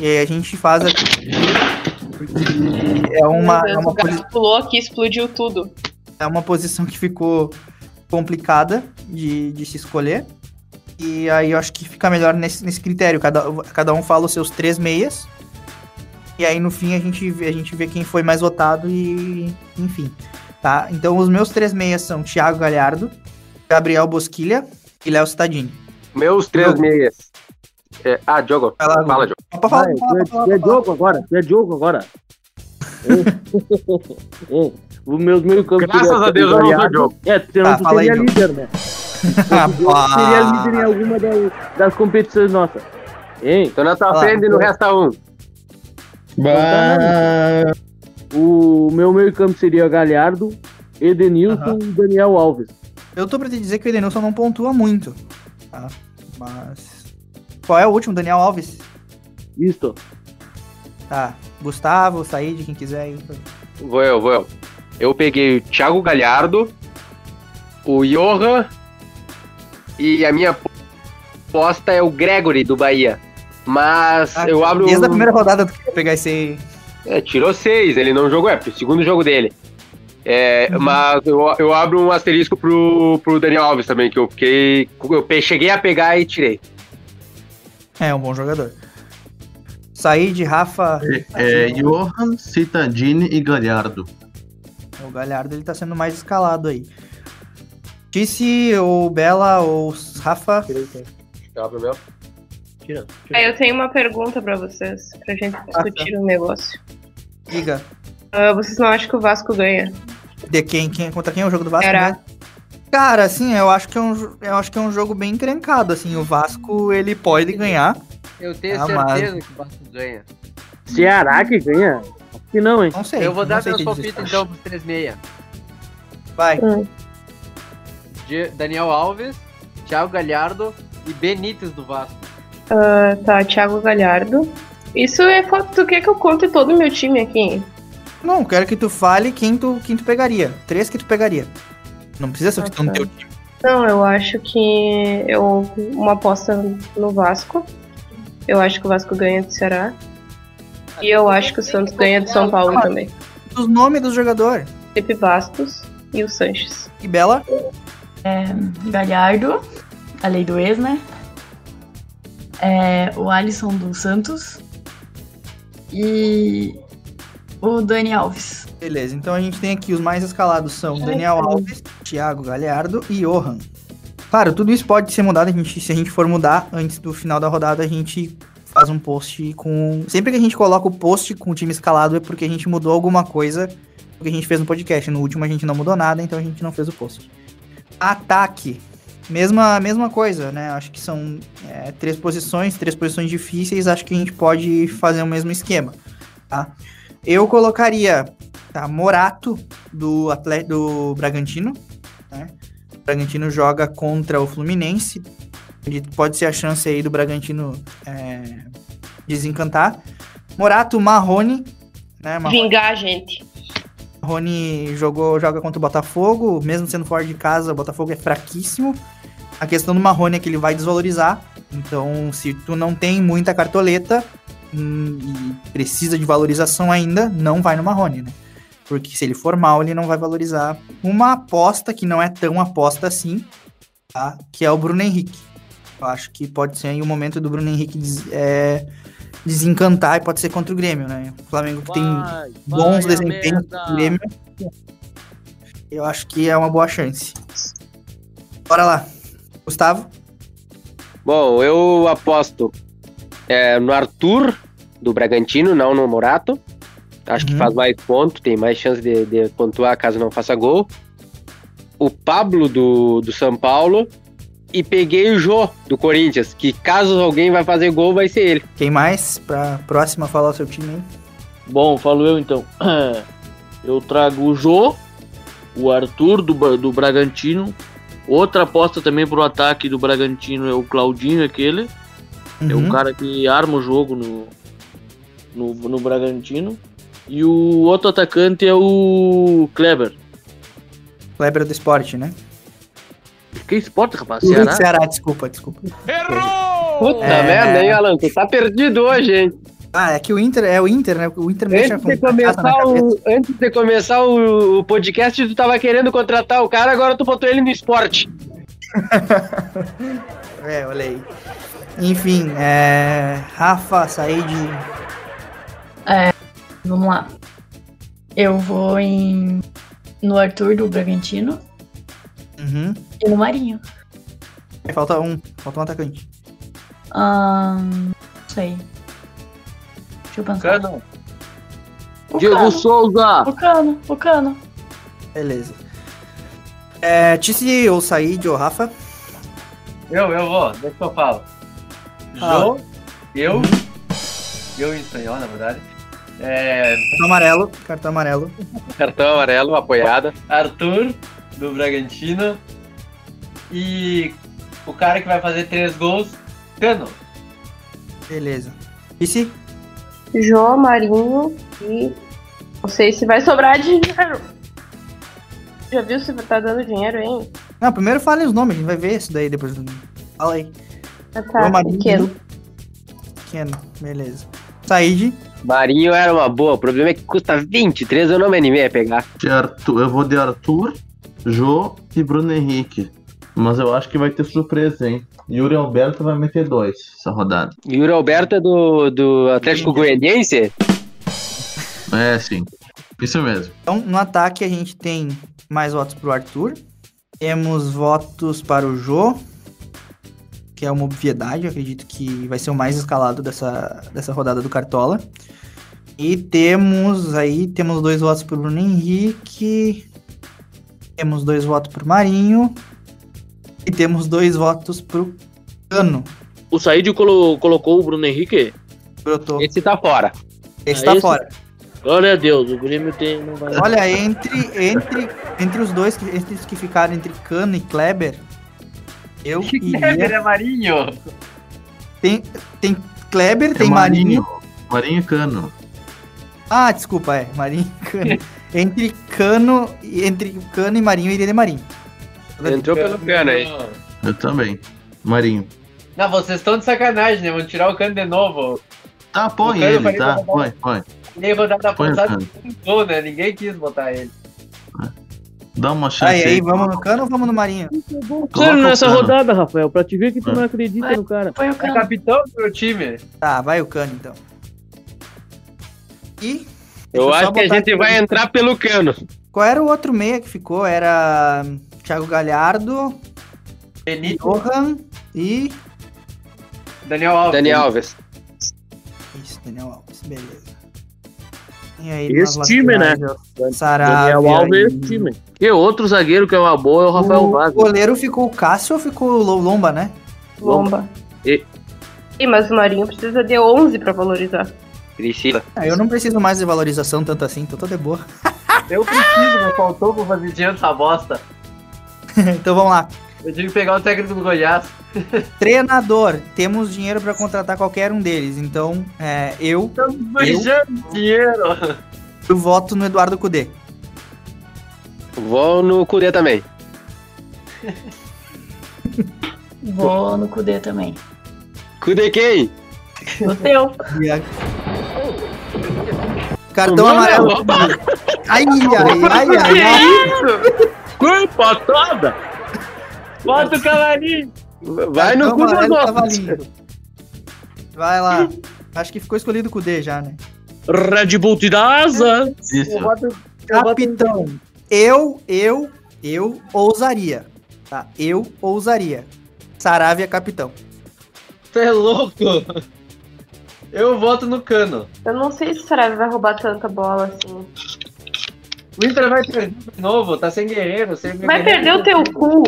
Speaker 5: e aí a gente faz aqui. É
Speaker 6: Meu
Speaker 5: uma, é
Speaker 6: Deus,
Speaker 5: uma
Speaker 6: o gato pulou aqui, explodiu tudo.
Speaker 5: é uma posição que ficou complicada de, de se escolher. E aí eu acho que fica melhor nesse, nesse critério. Cada, cada um fala os seus três meias. E aí no fim a gente, vê- a gente vê quem foi mais votado e. Enfim. Tá? Então os meus três meias são Thiago Galhardo, Gabriel Bosquilha e Léo Cittadini.
Speaker 8: Meus três meias. É, ah, Diogo,
Speaker 5: fala,
Speaker 8: Diogo.
Speaker 5: Opa, fala, fala, fala, fala,
Speaker 9: é jogo é agora, é jogo agora. o meu meio campo.
Speaker 8: Graças a Deus, eu não sou Diogo.
Speaker 9: É, tu
Speaker 8: Tá,
Speaker 9: tu
Speaker 8: fala aí,
Speaker 9: seria
Speaker 8: Diogo.
Speaker 9: líder, né?
Speaker 5: Rapaz.
Speaker 9: Seria líder em alguma das, das competições nossas. Hein?
Speaker 8: Então nós tá vendo e não resta um.
Speaker 9: Bah. tá O meu meio campo seria Galhardo, Edenilson e Daniel Alves.
Speaker 5: Eu tô pra te dizer que o Edenilson não pontua muito. Tá? Mas. Qual é o último, Daniel Alves?
Speaker 9: Isto.
Speaker 5: Tá. Gustavo, Said, quem quiser aí.
Speaker 8: Vou eu, vou eu. Eu peguei o Thiago Galhardo, o Johan e a minha aposta é o Gregory do Bahia. Mas
Speaker 18: Ah,
Speaker 8: eu abro.
Speaker 5: Ah,
Speaker 8: um-
Speaker 5: Desde a primeira rodada tu queria pegar esse aí.
Speaker 8: É, tirou seis, ele não jogou, é porque o segundo jogo dele. É,
Speaker 18: Uhum.
Speaker 8: Mas eu, eu abro um asterisco pro, pro Daniel Alves também, que eu fiquei. Eu pe- cheguei a pegar e tirei.
Speaker 5: É um bom jogador. Said, Rafa. tá
Speaker 14: É Johan, Citadini e Galhardo.
Speaker 5: O Galhardo ele tá sendo mais escalado aí. Tice, ou Bela, ou Rafa.
Speaker 6: Aí eu tenho uma pergunta pra vocês, pra gente
Speaker 5: Ah, tá.
Speaker 6: discutir um negócio.
Speaker 5: Diga.
Speaker 6: Ah, vocês não acham que o Vasco ganha?
Speaker 5: De quem, quem? Contra quem é o jogo do Vasco?
Speaker 6: Ceará.
Speaker 5: mesmo? Cara, assim, eu acho que é um, jo- eu acho que é um jogo bem encrencado, assim. O Vasco ele pode ganhar.
Speaker 12: Eu tenho
Speaker 5: Ah,
Speaker 12: certeza
Speaker 5: mas-
Speaker 12: que o Vasco ganha.
Speaker 18: Ceará que ganha? Acho que não, hein?
Speaker 5: Não sei.
Speaker 12: eu vou
Speaker 5: não
Speaker 12: dar
Speaker 5: sei
Speaker 12: meus
Speaker 5: quem
Speaker 12: palpites então pros 3-6.
Speaker 5: Vai.
Speaker 12: De- Daniel Alves, Thiago Galhardo e Benítez do Vasco.
Speaker 6: Ah, tá, Thiago Galhardo. Isso é foto. Tu quer que eu conte todo o meu time aqui?
Speaker 5: Não, quero que tu fale quem tu, quem tu pegaria. Três que tu pegaria. Não precisa ser no teu time.
Speaker 6: Não, eu acho que eu uma aposta no Vasco. Eu acho que o Vasco ganha do Ceará. E eu acho que o Santos ganha do São Paulo também.
Speaker 5: Os nomes do jogador.
Speaker 6: Felipe Bastos e o Sanches.
Speaker 5: E Bela?
Speaker 10: É, Galhardo, a lei do ex, né? É, o Alisson dos Santos e o Dani Alves.
Speaker 5: Beleza, então a gente tem aqui os mais escalados são Daniel Alves, Thiago Galhardo e Johan. Claro, tudo isso pode ser mudado, a gente, se a gente for mudar antes do final da rodada, a gente faz um post com... Sempre que a gente coloca o post com o time escalado é porque a gente mudou alguma coisa do que a gente fez no podcast. No último a gente não mudou nada, então a gente não fez o post. Ataque. Mesma, mesma coisa, né? Acho que são é, três posições, três posições difíceis, acho que a gente pode fazer o mesmo esquema, tá? Eu colocaria tá, Morato do, atle do Bragantino. Né? O Bragantino joga contra o Fluminense. Ele pode ser a chance aí do Bragantino é, desencantar. Morato, Marrone. Né? Marrone-
Speaker 6: Vingar, gente.
Speaker 5: Rony jogou, joga contra o Botafogo, mesmo sendo fora de casa, o Botafogo é fraquíssimo. A questão do Marrone é que ele vai desvalorizar. Então, se tu não tem muita cartoleta hum, e precisa de valorização ainda, não vai no Marrone, né? Porque se ele for mal, ele não vai valorizar. Uma aposta que não é tão aposta assim, tá? Que é o Bruno Henrique. Eu acho que pode ser aí o momento do Bruno Henrique des- é, desencantar e pode ser contra o Grêmio, né? O Flamengo que tem
Speaker 18: Vai,
Speaker 5: bons
Speaker 18: vai a
Speaker 5: desempenhos
Speaker 18: merda.
Speaker 5: do Grêmio. Eu acho que é uma boa chance. Bora lá. Gustavo?
Speaker 8: Bom, eu aposto é, no Arthur do Bragantino, não no Morato. Acho que faz mais ponto, tem mais chance de, de pontuar caso não faça gol. O Pablo do, do São Paulo. E peguei o Jô do Corinthians, que caso alguém vai fazer gol, vai ser ele.
Speaker 5: Quem mais? Pra próxima falar o seu time aí.
Speaker 9: Bom, falo eu então. Eu trago o Jô, o Arthur do, Ba- do Bragantino. Outra aposta também pro ataque do Bragantino é o Claudinho, aquele. É
Speaker 18: Uhum.
Speaker 9: o cara que arma o jogo no, no, no Bragantino. E o outro atacante é o Kleber.
Speaker 5: Kleber do esporte, né?
Speaker 9: Que esporte, rapaz?
Speaker 5: Ceará?
Speaker 9: Ceará?
Speaker 5: desculpa, desculpa.
Speaker 8: Puta
Speaker 5: Uhum. É.
Speaker 8: merda, hein, Alan? Tu tá perdido hoje, hein?
Speaker 5: Ah, é que o Inter é o Inter, né? O Inter mexe
Speaker 8: Antes de
Speaker 5: com a chata tá na
Speaker 8: começar,
Speaker 5: cabeça.
Speaker 8: o, antes de começar o, o podcast, tu tava querendo contratar o cara, agora tu botou ele no esporte.
Speaker 5: É, olha aí. Enfim, é... Rafa, Said.
Speaker 10: É, vamos lá. Eu vou em no Arthur do Bragantino
Speaker 5: Uhum.
Speaker 10: e no Marinho.
Speaker 5: Falta um. Falta um atacante.
Speaker 10: Ahn, não sei. Deixa eu pensar.
Speaker 9: Cano.
Speaker 10: O
Speaker 9: Diego
Speaker 10: Cano.
Speaker 9: Souza.
Speaker 10: O Cano, o Cano.
Speaker 5: Beleza. É, Tice ou Said ou Rafa?
Speaker 13: Eu, eu vou, deixa que eu falo. Jô, eu. Eu em espanhol, na verdade. É,
Speaker 5: Cartão amarelo. Cartão amarelo.
Speaker 8: Cartão amarelo, apoiada.
Speaker 13: Arthur, do Bragantino. E o cara que vai fazer três gols, Cano.
Speaker 5: Beleza. Tice?
Speaker 6: Jô, Marinho e. Não sei se vai sobrar dinheiro. Já viu se tá dando dinheiro, hein?
Speaker 5: Não, primeiro fale os nomes, a gente vai ver isso daí depois. Fala aí.
Speaker 6: Ah, tá,
Speaker 5: Romarinho,
Speaker 6: pequeno.
Speaker 5: Keno, beleza. Said.
Speaker 8: Marinho era uma boa, o problema é que custa 23, eu não me animei a pegar.
Speaker 14: De Arthur- eu vou de Arthur, Jô e Bruno Henrique. Mas eu acho que vai ter surpresa, hein? Yuri Alberto vai meter dois essa rodada.
Speaker 8: Yuri Alberto é do, do Atlético Goianiense?
Speaker 14: É, sim. Isso mesmo.
Speaker 5: Então, no ataque a gente tem mais votos pro Arthur. Temos votos para o Jô, que é uma obviedade, eu acredito que vai ser o mais escalado dessa, dessa rodada do Cartola. E temos aí, temos dois votos pro Bruno Henrique, temos dois votos pro Marinho e temos dois votos pro Cano.
Speaker 9: O Said colo- colocou o Bruno Henrique?
Speaker 5: Esse
Speaker 8: tá fora.
Speaker 5: Esse tá fora.
Speaker 9: Glória a Deus, o Grêmio tem. Não
Speaker 8: tá-
Speaker 9: vai...
Speaker 5: Olha, entre, entre, entre os dois, que- entre os que ficaram entre Cano e Kleber, eu iria...
Speaker 13: Kleber é Marinho.
Speaker 5: Tem, tem Kleber, tem Marinho.
Speaker 14: É Marinho. Marinho e Cano.
Speaker 5: Ah, desculpa, é. Marinho e Cano. entre Cano e entre Cano e Marinho, eu iria de Marinho.
Speaker 8: Entrou pelo né?
Speaker 13: cano aí.
Speaker 14: Eu também. Marinho.
Speaker 13: Não, vocês estão de sacanagem, né? Vão tirar o cano de novo.
Speaker 14: Tá, põe
Speaker 13: O Cano
Speaker 14: ele,
Speaker 13: vai
Speaker 14: tá?
Speaker 13: rodar-
Speaker 14: Põe, põe.
Speaker 13: Nem rodada
Speaker 14: Põe o
Speaker 13: passada
Speaker 14: Cano.
Speaker 13: mudou, né? Ninguém quis botar ele.
Speaker 14: Dá uma chance
Speaker 5: Aí,
Speaker 14: aí.
Speaker 5: aí, vamos no Cano ou vamos no Marinho?
Speaker 14: Coloca
Speaker 9: Sério, nessa
Speaker 14: o Cano.
Speaker 9: rodada, Rafael, pra te ver que tu
Speaker 14: É.
Speaker 9: não acredita no cara.
Speaker 10: Foi o
Speaker 13: É capitão do meu time.
Speaker 5: Tá, vai o Cano então. E.
Speaker 8: Eu
Speaker 5: deixa só
Speaker 8: acho que a
Speaker 5: botar
Speaker 8: gente
Speaker 5: aqui
Speaker 8: vai
Speaker 5: pra-
Speaker 8: entrar pelo cano.
Speaker 5: Qual era o outro meia que ficou? Era Thiago Galhardo,
Speaker 13: Benito.
Speaker 5: Johan e.
Speaker 13: Daniel Alves.
Speaker 8: Daniel Alves.
Speaker 5: Isso, Daniel Alves, beleza. E aí,
Speaker 9: Esse
Speaker 5: nas
Speaker 9: time, né?
Speaker 5: laterais, eu- Saravia
Speaker 9: Daniel
Speaker 5: e-
Speaker 9: Alves, time. E outro zagueiro que é uma boa é o Rafael
Speaker 5: O
Speaker 9: Vaz.
Speaker 5: goleiro ficou o Cássio ou ficou o Lo- Lomba, né?
Speaker 6: Lomba.
Speaker 8: E-
Speaker 6: Ih, mas o Marinho precisa de 11 pra valorizar.
Speaker 8: Precisa.
Speaker 5: Ah, eu não preciso mais de valorização tanto assim, então tô de boa.
Speaker 13: Eu preciso, não faltou pra fazer dinheiro essa bosta.
Speaker 5: então vamos lá.
Speaker 13: Eu tive que pegar o técnico do Goiás.
Speaker 5: Treinador, temos dinheiro pra contratar qualquer um deles, então é, eu,
Speaker 13: Beijando dinheiro.
Speaker 5: eu voto no Eduardo Cudê.
Speaker 8: Vou no Cudê também.
Speaker 10: Vou no Cudê também.
Speaker 8: Cudê quem?
Speaker 10: O teu.
Speaker 5: E a- Cartão
Speaker 10: Não,
Speaker 5: amarelo.
Speaker 10: não.
Speaker 5: Ai, ai, ai, ai, ai.
Speaker 9: Que patada! Bota o cavalinho!
Speaker 8: Vai no
Speaker 5: Cartão
Speaker 8: cu do
Speaker 5: amarelo tava
Speaker 8: nosso.
Speaker 5: lindo. Vai lá. Acho que ficou escolhido o Cudê já, né?
Speaker 9: Red Bull te dá asa.
Speaker 14: Isso.
Speaker 5: Capitão, eu, eu, eu ousaria. Tá? Eu ousaria. Saravia, capitão.
Speaker 13: Tu é louco? Eu voto no cano.
Speaker 6: Eu não sei se o Saraiva vai roubar tanta bola assim.
Speaker 13: O Inter vai perder de novo, tá sem guerreiro, sem
Speaker 6: Vai perder o teu cu.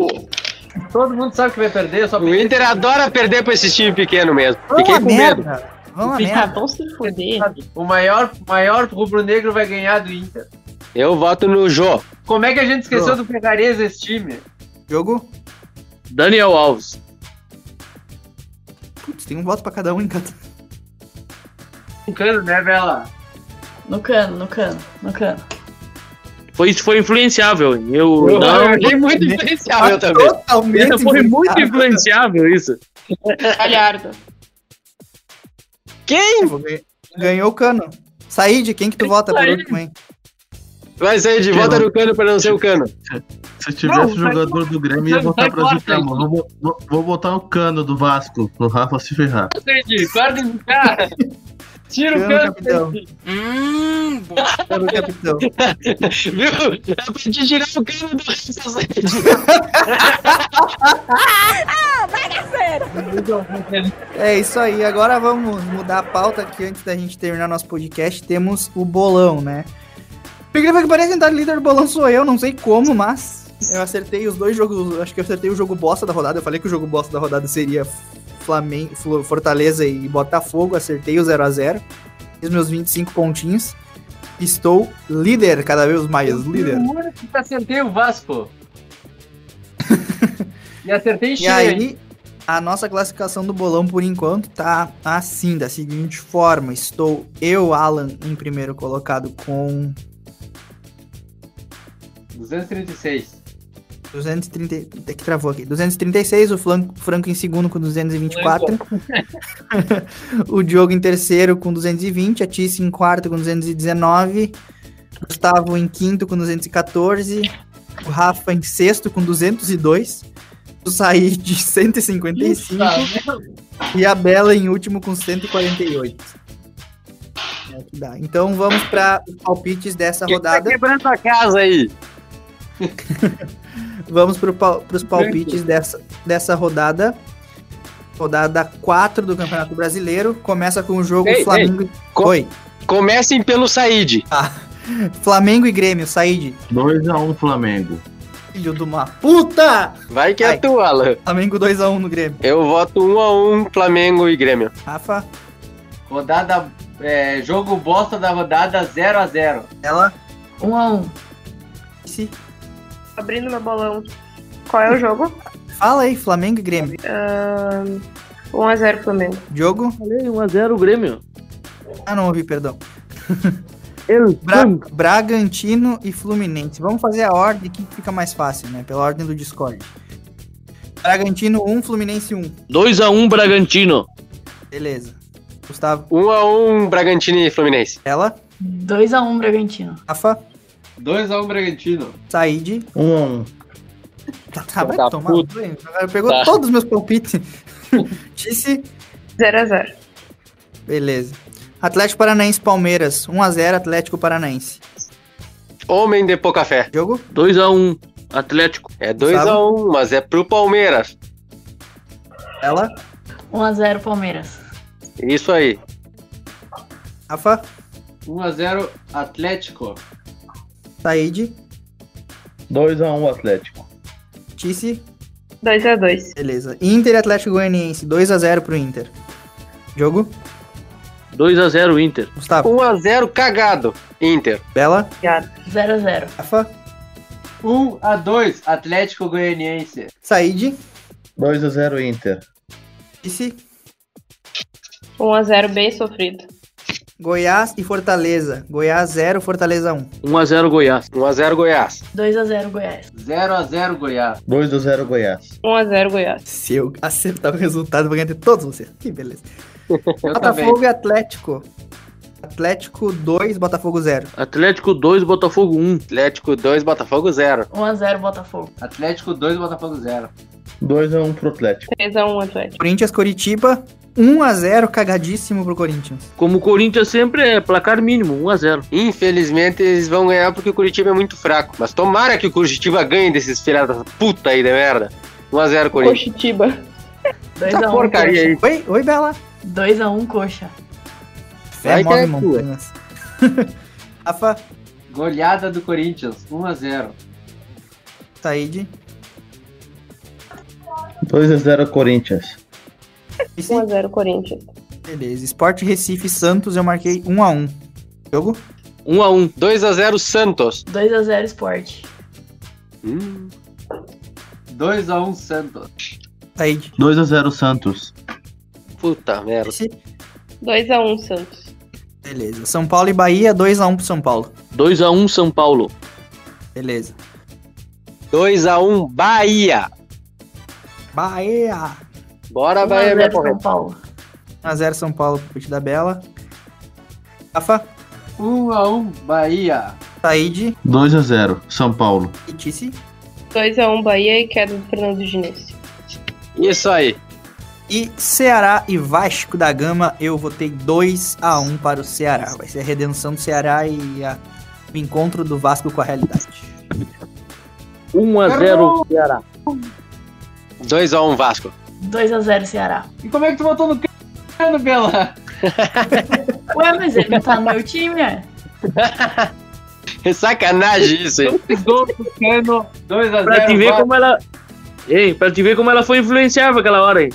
Speaker 13: Todo mundo sabe que vai perder, só
Speaker 8: O Inter adora perder pra esse time pequeno mesmo.
Speaker 13: Vamos
Speaker 8: Fiquei
Speaker 13: a
Speaker 8: com
Speaker 13: merda.
Speaker 8: medo.
Speaker 5: Vamos
Speaker 13: Fica
Speaker 5: Ah, merda.
Speaker 6: Tá, Vão se foder.
Speaker 13: O maior, maior rubro-negro vai ganhar do Inter.
Speaker 8: Eu voto no Jô.
Speaker 13: Como é que a gente esqueceu
Speaker 8: Jô.
Speaker 13: do Pegares esse time?
Speaker 5: Jogo?
Speaker 9: Daniel Alves.
Speaker 5: Putz, tem um voto pra cada um em cada.
Speaker 13: No cano, né, Bela?
Speaker 10: No cano, no cano, no cano.
Speaker 9: Foi, isso foi influenciável. hein? Eu,
Speaker 10: Eu-
Speaker 9: não,
Speaker 10: eu achei muito
Speaker 8: influenciável também.
Speaker 5: Totalmente
Speaker 9: Isso foi muito
Speaker 5: influenciável.
Speaker 9: influenciável isso.
Speaker 6: Galhardo.
Speaker 8: Quem?
Speaker 5: Ganhou o cano. Said, quem que tu vota por último, hein?
Speaker 8: Vai sair de volta no cano pra não ser o cano.
Speaker 14: Se tivesse
Speaker 8: Não, vai-
Speaker 14: jogador do Grêmio, ia
Speaker 8: vai-
Speaker 14: botar
Speaker 8: vai
Speaker 14: pra
Speaker 8: corta
Speaker 14: ajudar,
Speaker 8: aí.
Speaker 14: mano. Vou, vou- vou botar o cano do Vasco, pro Rafa se ferrar.
Speaker 13: Entendi, guarda o cara. Tira
Speaker 5: o cano. capitão.
Speaker 8: Hum,
Speaker 5: Cano, capitão.
Speaker 8: Viu? É pra te tirar o cano do
Speaker 5: É isso aí. Agora vamos mudar a pauta aqui antes da gente terminar nosso podcast. Temos o bolão, né? Por incrível que pareça, o líder do bolão sou eu, não sei como, mas eu acertei os dois jogos. Acho que eu acertei o jogo bosta da rodada. Eu falei que o jogo bosta da rodada seria Flamengo, Flu- Fortaleza e Botafogo. Acertei o 0 a 0 Fiz meus 25 pontinhos. Estou líder, cada vez mais líder.
Speaker 13: Juro um que acertei o Vasco. e acertei em
Speaker 5: E
Speaker 13: cheio. hein?
Speaker 5: aí, a nossa classificação do bolão por enquanto tá assim, da seguinte forma: estou eu, Alan, em primeiro colocado com
Speaker 13: 236.
Speaker 5: 230, é que travou aqui. 236, o Flan- Franco em segundo com 224. o Diogo em terceiro com 220, a Tice em quarto com 219, Gustavo em quinto com 214, o Rafa em sexto com 202, o Said 155 e a Bela em último com 148. É o que dá. Então vamos para os palpites dessa
Speaker 13: tá
Speaker 5: rodada.
Speaker 8: quebrando a casa aí?
Speaker 5: Vamos para os palpites dessa, dessa rodada. Rodada 4 do Campeonato Brasileiro. Começa com o jogo
Speaker 8: Ei, ei,
Speaker 5: Flamengo.
Speaker 8: co-
Speaker 5: Oi.
Speaker 8: Comecem pelo Said.
Speaker 5: Flamengo e Grêmio, Said.
Speaker 14: 2x1 Flamengo.
Speaker 5: Filho de uma puta!
Speaker 8: Vai que é tu, Alan.
Speaker 5: Flamengo 2x1 no Grêmio.
Speaker 8: Eu voto 1x1 Flamengo e Grêmio.
Speaker 5: Rafa?
Speaker 12: Rodada. é, jogo bosta da rodada 0x0.
Speaker 5: Ela?
Speaker 10: 1x1.
Speaker 6: Abrindo meu bolão. Qual é o jogo?
Speaker 5: Fala aí, Flamengo e Grêmio.
Speaker 6: Ahn, 1x0 Flamengo.
Speaker 5: Diogo?
Speaker 18: Falei 1x0 o Grêmio.
Speaker 5: Ah, não ouvi, perdão.
Speaker 18: Eu,
Speaker 5: Bra- Bragantino e Fluminense. Vamos fazer a ordem que fica mais fácil, né? Pela ordem do Discord. Bragantino 1, Fluminense 1.
Speaker 9: 2x1 Bragantino.
Speaker 5: Beleza. Gustavo.
Speaker 8: 1x1 Bragantino e Fluminense.
Speaker 5: Ela?
Speaker 10: 2x1 Bragantino.
Speaker 5: Rafa?
Speaker 13: 2x1 Bragantino.
Speaker 5: Said.
Speaker 14: 1x1.
Speaker 5: Tá, tá, vai
Speaker 13: Filho da
Speaker 5: tomar
Speaker 13: puta.
Speaker 5: banho. Agora pegou
Speaker 13: Tá.
Speaker 5: todos os meus palpites. Disse.
Speaker 6: 0x0.
Speaker 5: Beleza. Atlético Paranaense Palmeiras. 1x0 Atlético Paranaense.
Speaker 8: Homem de pouca fé.
Speaker 5: Jogo?
Speaker 9: 2x1 Atlético.
Speaker 8: É
Speaker 5: Sabe?
Speaker 8: 2x1, mas é pro Palmeiras.
Speaker 5: Ela?
Speaker 10: 1x0 Palmeiras.
Speaker 8: Isso aí.
Speaker 5: Rafa?
Speaker 13: 1x0 Atlético.
Speaker 5: Said.
Speaker 14: 2x1 Atlético.
Speaker 5: Disse.
Speaker 6: 2x2.
Speaker 5: Beleza. Inter e Atlético Goianiense. 2x0 pro Inter. Jogo?
Speaker 9: 2x0 Inter.
Speaker 5: Gustavo.
Speaker 8: 1x0 cagado. Inter.
Speaker 5: Bela.
Speaker 10: 0x0.
Speaker 5: Rafa.
Speaker 13: 1x2 Atlético Goianiense.
Speaker 5: Said.
Speaker 14: 2x0 Inter.
Speaker 5: Disse.
Speaker 6: 1x0 bem sofrido.
Speaker 5: Goiás e Fortaleza. Goiás 0, Fortaleza 1.
Speaker 9: 1x0 Goiás.
Speaker 8: 1x0 Goiás.
Speaker 10: 2x0 Goiás.
Speaker 13: 0x0 Goiás.
Speaker 14: 2x0 Goiás.
Speaker 6: 1x0 Goiás.
Speaker 5: Se eu acertar o resultado, eu vou ganhar de todos vocês. Que beleza. Botafogo e Atlético. Atlético 2, Botafogo 0.
Speaker 9: Atlético 2, Botafogo 1.
Speaker 8: Atlético 2, Botafogo 0.
Speaker 10: 1x0 Botafogo.
Speaker 13: Atlético 2, Botafogo 0.
Speaker 14: 2x1 pro Atlético.
Speaker 6: 3x1 Atlético.
Speaker 5: Corinthians Coritiba 1 a 0 cagadíssimo pro Corinthians.
Speaker 9: Como o Corinthians sempre é, placar mínimo, 1x0.
Speaker 8: Infelizmente eles vão ganhar porque o Curitiba é muito fraco. Mas tomara que o Curitiba ganhe desses filhos da puta aí de merda. 1x0 Corinthians.
Speaker 6: Coxitiba.
Speaker 10: 2x1
Speaker 8: porcaria aí.
Speaker 5: Oi, oi Bela.
Speaker 10: 2x1 Coxa.
Speaker 5: Fé
Speaker 13: Vai que
Speaker 5: move
Speaker 13: é
Speaker 5: montanhas. Rafa,
Speaker 13: Goleada do Corinthians. 1x0.
Speaker 5: Said.
Speaker 14: 2x0 Corinthians.
Speaker 6: 1x0 Corinthians.
Speaker 5: Beleza. Sport Recife e Santos, eu marquei 1 a 1. Jogo?
Speaker 9: 1x1.
Speaker 8: 2x0 Santos.
Speaker 10: 2x0 Sport.
Speaker 13: 2x1 Santos.
Speaker 5: Said.
Speaker 14: 2x0 Santos.
Speaker 8: Puta merda.
Speaker 6: 2x1 Santos.
Speaker 5: Beleza. São Paulo e Bahia 2 a 1 pro São Paulo.
Speaker 9: 2x1 São Paulo.
Speaker 5: Beleza.
Speaker 8: 2x1 Bahia.
Speaker 5: Bahia.
Speaker 10: Um
Speaker 8: Bora, Bahia,
Speaker 9: um
Speaker 8: minha Tá porra.
Speaker 10: Paulo.
Speaker 5: 1 a 0 São Paulo pro Pit da Bela. Rafa,
Speaker 13: 1x1 Bahia.
Speaker 5: Said
Speaker 14: 2x0 São Paulo.
Speaker 5: e Tice.
Speaker 6: 2x1 Bahia e queda do Fernando Diniz.
Speaker 8: Isso aí.
Speaker 5: E Ceará e Vasco da Gama, eu votei 2 a 1 para o Ceará. Vai ser a redenção do Ceará e a- o encontro do Vasco com a realidade.
Speaker 9: 1x0 Ceará.
Speaker 8: 2x1 Vasco.
Speaker 10: 2x0 Ceará.
Speaker 13: E como é que tu botou no cano, Bela?
Speaker 10: Ué, mas ele não tá no meu time, é?
Speaker 8: É Sacanagem isso, hein?
Speaker 13: Gol do cano. 2x0
Speaker 9: Pra te ver como ela. Ei, pra te ver como ela foi influenciável aquela hora, hein?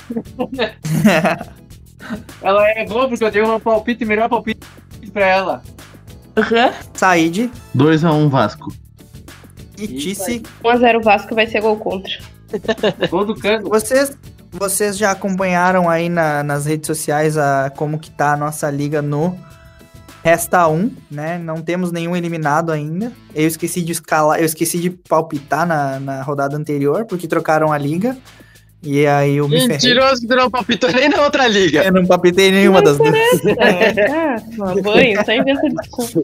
Speaker 13: Ela errou porque eu dei um palpite, melhor palpite pra ela.
Speaker 5: Said
Speaker 14: 2x1 Vasco.
Speaker 5: e Tice.
Speaker 6: 1x0 Vasco vai ser gol contra.
Speaker 13: Gol do Cano.
Speaker 5: Vocês, vocês já acompanharam aí na- nas redes sociais a, como que tá a nossa liga no Resta um, né? Não temos nenhum eliminado ainda. Eu esqueci de escalar, eu esqueci de palpitar na, na rodada anterior, porque trocaram a liga. E aí eu me ferrei.
Speaker 11: Mentiroso que tu não palpitou nem na outra liga.
Speaker 5: Eu não palpitei nenhuma das duas.
Speaker 6: Ah, toma banho, só inventa desculpa.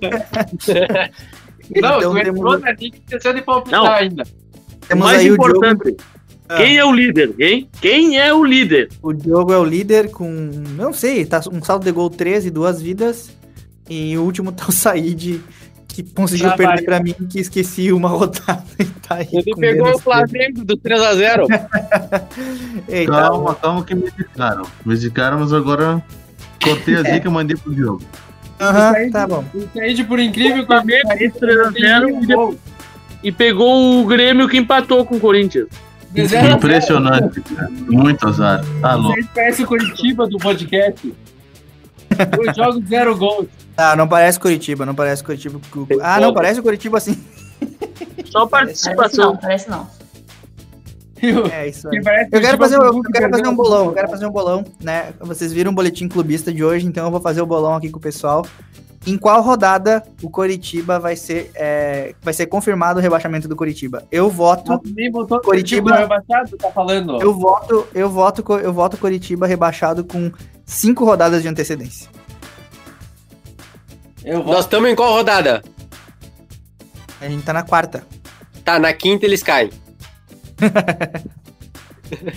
Speaker 8: Não,
Speaker 5: Então
Speaker 8: tu entrou
Speaker 5: temos-
Speaker 8: na liga e esqueceu de palpitar
Speaker 9: um Não.
Speaker 8: ainda.
Speaker 5: Temos
Speaker 9: Mais
Speaker 5: aí o Diogo. Ah.
Speaker 9: importante, quem é o líder? Quem? Quem é o líder?
Speaker 5: O Diogo é o líder com, não sei, tá um saldo de gol 13, duas vidas. E o último tá o Said, que conseguiu
Speaker 9: Lá
Speaker 5: perder
Speaker 9: vai.
Speaker 5: pra mim, que esqueci uma rodada e tá aí.
Speaker 9: Ah, Ele
Speaker 5: com
Speaker 9: pegou
Speaker 5: menos
Speaker 9: o Flamengo do 3x0.
Speaker 5: três. Eita,
Speaker 9: um-
Speaker 14: Calma, calma que me indicaram. Me indicaram, mas agora cortei
Speaker 9: É.
Speaker 14: a dica e mandei pro Diogo.
Speaker 5: Aham, tá bom.
Speaker 8: Entende, por incrível que
Speaker 9: Flamengo fez 3x0 e depois- e pegou o Grêmio que empatou com o Corinthians.
Speaker 14: Impressionante, cara. Muito azar. Tá louco.
Speaker 8: Vocês parecem o Curitiba do podcast. Dois jogos, zero gols.
Speaker 5: Ah, não parece Curitiba, não parece Curitiba. porque o- Ah, não, parece o Curitiba sim.
Speaker 9: Só
Speaker 10: Parece não, parece não.
Speaker 5: É isso
Speaker 10: Que
Speaker 5: aí.
Speaker 10: parece
Speaker 5: Eu quero
Speaker 9: Tipo,
Speaker 10: Curitiba
Speaker 5: fazer,
Speaker 10: com
Speaker 5: eu
Speaker 10: tudo
Speaker 5: quero fazer
Speaker 10: perdendo.
Speaker 5: um bolão, eu quero fazer um bolão, né? Vocês viram o boletim clubista de hoje, então eu vou fazer o bolão aqui com o pessoal. Em qual rodada o Coritiba vai ser, é, vai ser confirmado o rebaixamento do Coritiba? Eu voto.
Speaker 8: Nem botou
Speaker 5: Curitiba-
Speaker 8: Curitiba
Speaker 13: tipo, é
Speaker 8: rebaixado, tá falando?
Speaker 5: Eu voto, eu voto, co- eu voto Coritiba rebaixado com cinco rodadas de antecedência.
Speaker 11: Nós estamos em qual rodada?
Speaker 5: A gente tá na quarta,
Speaker 11: Tá, na quinta eles caem.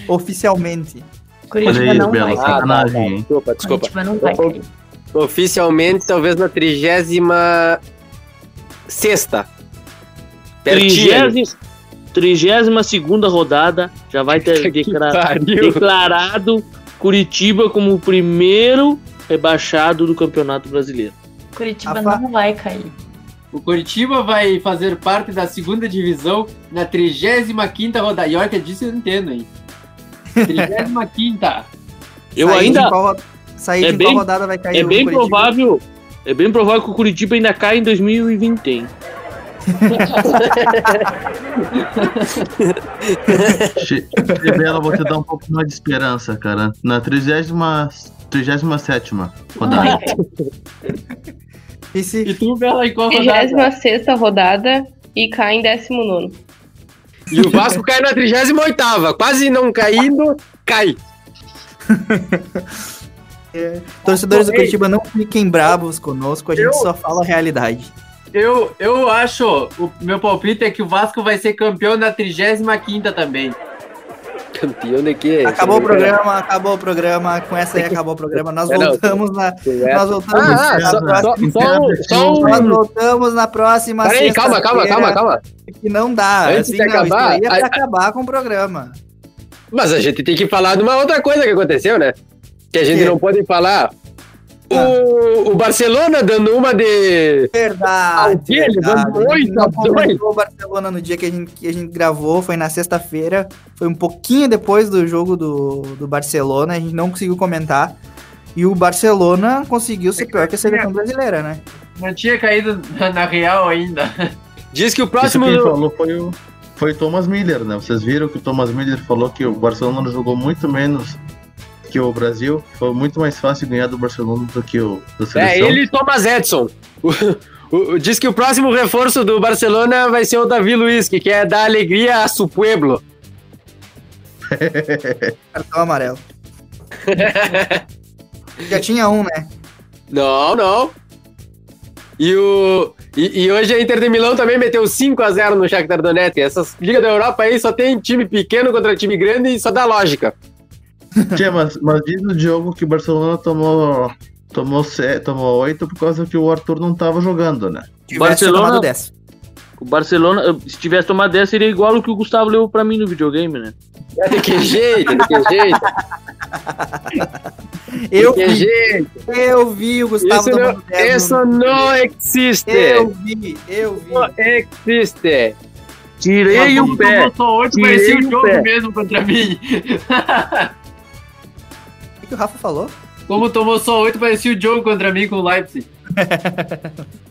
Speaker 5: oficialmente.
Speaker 10: Curitiba não vai.
Speaker 11: Ah, tá, tá.
Speaker 10: cair.
Speaker 11: Desculpa, desculpa.
Speaker 10: Curitiba não vai. cair.
Speaker 11: Oficialmente, talvez na trigésima sexta. Pertinho.
Speaker 9: Trigésima- 32ª rodada já vai ter decra-
Speaker 11: pariu.
Speaker 9: declarado Curitiba como o primeiro rebaixado do Campeonato Brasileiro.
Speaker 10: Curitiba não vai cair.
Speaker 8: O Curitiba vai fazer parte da segunda divisão na 35 rodada. E olha que disso eu não entendo, hein? 35.
Speaker 9: Eu
Speaker 5: Sair
Speaker 9: ainda
Speaker 5: de qual ro- sair
Speaker 9: É
Speaker 5: de
Speaker 9: bem-
Speaker 5: qual rodada vai cair
Speaker 9: é
Speaker 5: o
Speaker 9: bem
Speaker 5: Coritiba?
Speaker 9: provável, é bem provável que o Curitiba ainda caia em 2020. hein?
Speaker 14: Che- Bela, vou te dar um pouco mais de esperança, cara. Na 30, 37 rodada.
Speaker 8: E tu, Bela, em qual rodada?
Speaker 6: 36 rodada e cai em 19.
Speaker 11: E o Vasco cai na 38 quase não caindo, cai.
Speaker 5: Torcedores do
Speaker 8: Ei.
Speaker 5: Curitiba, não fiquem bravos conosco, a gente
Speaker 8: Eu-
Speaker 5: só fala a realidade.
Speaker 8: Eu, eu acho, o meu palpite é que o Vasco vai ser campeão na 35 também.
Speaker 11: Campeão de quê?
Speaker 5: Acabou o programa, acabou o programa. Com essa aí acabou o programa. Nós
Speaker 11: É, não.
Speaker 5: voltamos na.
Speaker 11: é.
Speaker 5: Nós voltamos
Speaker 11: Ah, ah,
Speaker 5: na
Speaker 11: só-
Speaker 5: próxima-
Speaker 11: só- só um- só um-
Speaker 5: Nós voltamos na próxima.
Speaker 11: Peraí, calma, calma,
Speaker 5: sexta-feira,
Speaker 11: calma, calma.
Speaker 5: Que não dá.
Speaker 11: Antes de
Speaker 5: não, isso
Speaker 11: acabar,
Speaker 5: aí é pra
Speaker 11: a- a-
Speaker 5: acabar com o programa.
Speaker 11: Mas a gente tem que falar de uma outra coisa que aconteceu, né? Que a gente
Speaker 5: Quê?
Speaker 11: não pode falar.
Speaker 5: Ah.
Speaker 11: O, o Barcelona dando uma de.
Speaker 5: Verdade.
Speaker 11: Aldeia, ele
Speaker 5: verdade.
Speaker 11: dando
Speaker 5: A gente
Speaker 11: oito a
Speaker 5: não
Speaker 11: dois.
Speaker 5: comentou o Barcelona no dia que a gente, que a gente gravou, foi na sexta-feira. Foi um pouquinho depois do jogo do, do Barcelona, a gente não conseguiu comentar. E o Barcelona conseguiu ser pior que a seleção brasileira, né?
Speaker 8: Não tinha caído na, na real ainda.
Speaker 11: Diz que o
Speaker 14: Próximo quem falou foi o, foi o Thomas Miller, né? Vocês viram que o Thomas Miller falou que o Barcelona jogou muito menos que o Brasil. Foi muito mais fácil ganhar do Barcelona do que o da
Speaker 11: É,
Speaker 14: seleção.
Speaker 11: ele e Thomas Edson. O- o- diz que o próximo reforço do Barcelona vai ser o Davi Luiz, que quer dar alegria a su pueblo.
Speaker 5: Cartão amarelo. Já tinha um, né?
Speaker 11: Não, não. E, o, e, e hoje a Inter de Milão também meteu 5x0 no Shakhtar Donetsk. Essas ligas da Europa aí só tem time pequeno contra time grande e só dá lógica.
Speaker 14: Tchê, mas, mas diz o Diogo que o Barcelona tomou tomou se- tomou oito por causa que o Arthur não tava jogando, né?
Speaker 5: tomado
Speaker 9: O Barcelona, eh, se tivesse tomado 10, seria igual o que o Gustavo leu pra mim no videogame, né?
Speaker 11: De que É jeito, de que jeito.
Speaker 5: Eu
Speaker 11: De que
Speaker 5: vi.
Speaker 11: jeito.
Speaker 5: Eu vi o Gustavo
Speaker 11: Isso é não,
Speaker 5: tomando 10
Speaker 11: isso
Speaker 5: no-
Speaker 11: não é existe.
Speaker 5: Eu vi, eu vi.
Speaker 11: Não existe.
Speaker 14: Tá
Speaker 9: Tirei
Speaker 14: então
Speaker 9: o pé. Tirei
Speaker 14: é
Speaker 8: Parecia um
Speaker 9: o
Speaker 8: jogo
Speaker 9: pé.
Speaker 8: mesmo contra mim.
Speaker 5: O que o Rafa falou?
Speaker 8: Como tomou só oito, parecia o jogo contra mim com o Leipzig.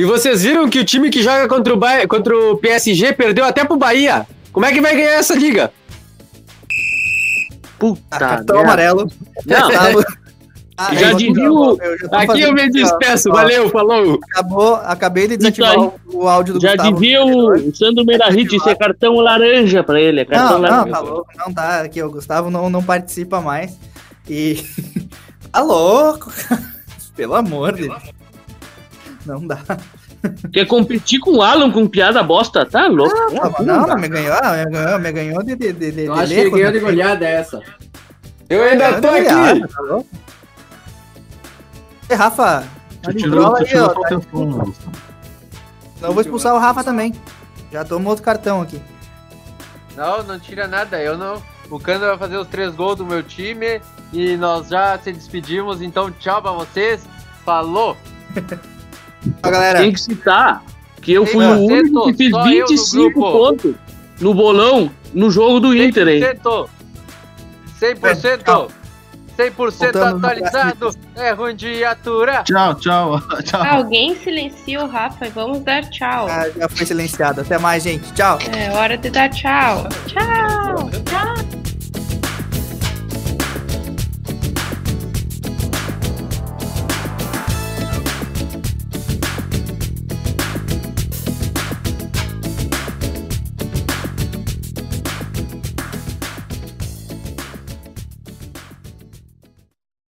Speaker 11: E vocês viram que o time que joga contra o, Ba- contra o PSG perdeu até pro Bahia? Como é que vai ganhar essa liga?
Speaker 9: Puta
Speaker 5: Ah,
Speaker 11: Tá
Speaker 5: Cartão amarelo.
Speaker 11: Não.
Speaker 5: Gustavo. Ah,
Speaker 19: Já
Speaker 5: eu vou-
Speaker 19: diria
Speaker 5: eu
Speaker 19: o-
Speaker 5: vou- já tô
Speaker 19: aqui
Speaker 5: fazendo
Speaker 19: eu me
Speaker 5: aqui, ó.
Speaker 19: despeço,
Speaker 5: Ó,
Speaker 19: valeu, falou.
Speaker 5: Acabou, acabei de desativar
Speaker 9: Isso
Speaker 5: o, o áudio do
Speaker 9: Já
Speaker 5: Gustavo.
Speaker 9: dizia o Sandro Meirahit, isso é cartão laranja pra ele, é
Speaker 5: Não,
Speaker 9: cartão
Speaker 5: não,
Speaker 9: laranja.
Speaker 5: tá louco, não tá. Aqui, o Gustavo não, não participa mais. E. tá louco, cara. Pelo amor de Deus. Não dá.
Speaker 9: Quer competir com o Alan com piada bosta? Tá louco?
Speaker 5: Não, não, não, me ganhou, ah, me ganhou, me ganhou de. de, de, né? de
Speaker 8: Eu acho
Speaker 5: de
Speaker 8: que ele
Speaker 5: ler
Speaker 8: ganhou de
Speaker 5: quando-
Speaker 8: goleada essa.
Speaker 19: Eu
Speaker 5: Ganhou de goleada, tá louco? E, Rafa,
Speaker 20: Tirou,
Speaker 5: controla aí,
Speaker 20: tirou
Speaker 5: ó,
Speaker 20: a
Speaker 5: tá
Speaker 20: proteção, mano.
Speaker 5: Não vou expulsar o Rafa também. Já tomo outro cartão aqui.
Speaker 8: Não, não tira nada. Eu não. O Cano vai fazer os três gols do meu time e nós já se despedimos. Então, tchau pra vocês. Falou!
Speaker 5: galera.
Speaker 9: Tem que citar que eu
Speaker 8: Tem
Speaker 9: fui o
Speaker 8: você,
Speaker 9: único
Speaker 8: Tô,
Speaker 9: que fiz
Speaker 8: só eu no
Speaker 9: 25
Speaker 8: grupo.
Speaker 9: pontos no bolão no jogo do Inter, hein?
Speaker 8: 100%! 100%! 100%
Speaker 9: Voltando no
Speaker 8: atualizado! É ruim de aturar!
Speaker 20: Tchau, tchau, tchau.
Speaker 6: Alguém silencia o Rafa e vamos dar tchau.
Speaker 5: Já foi silenciado. Até mais, gente. Tchau.
Speaker 6: É hora de dar tchau. Tchau.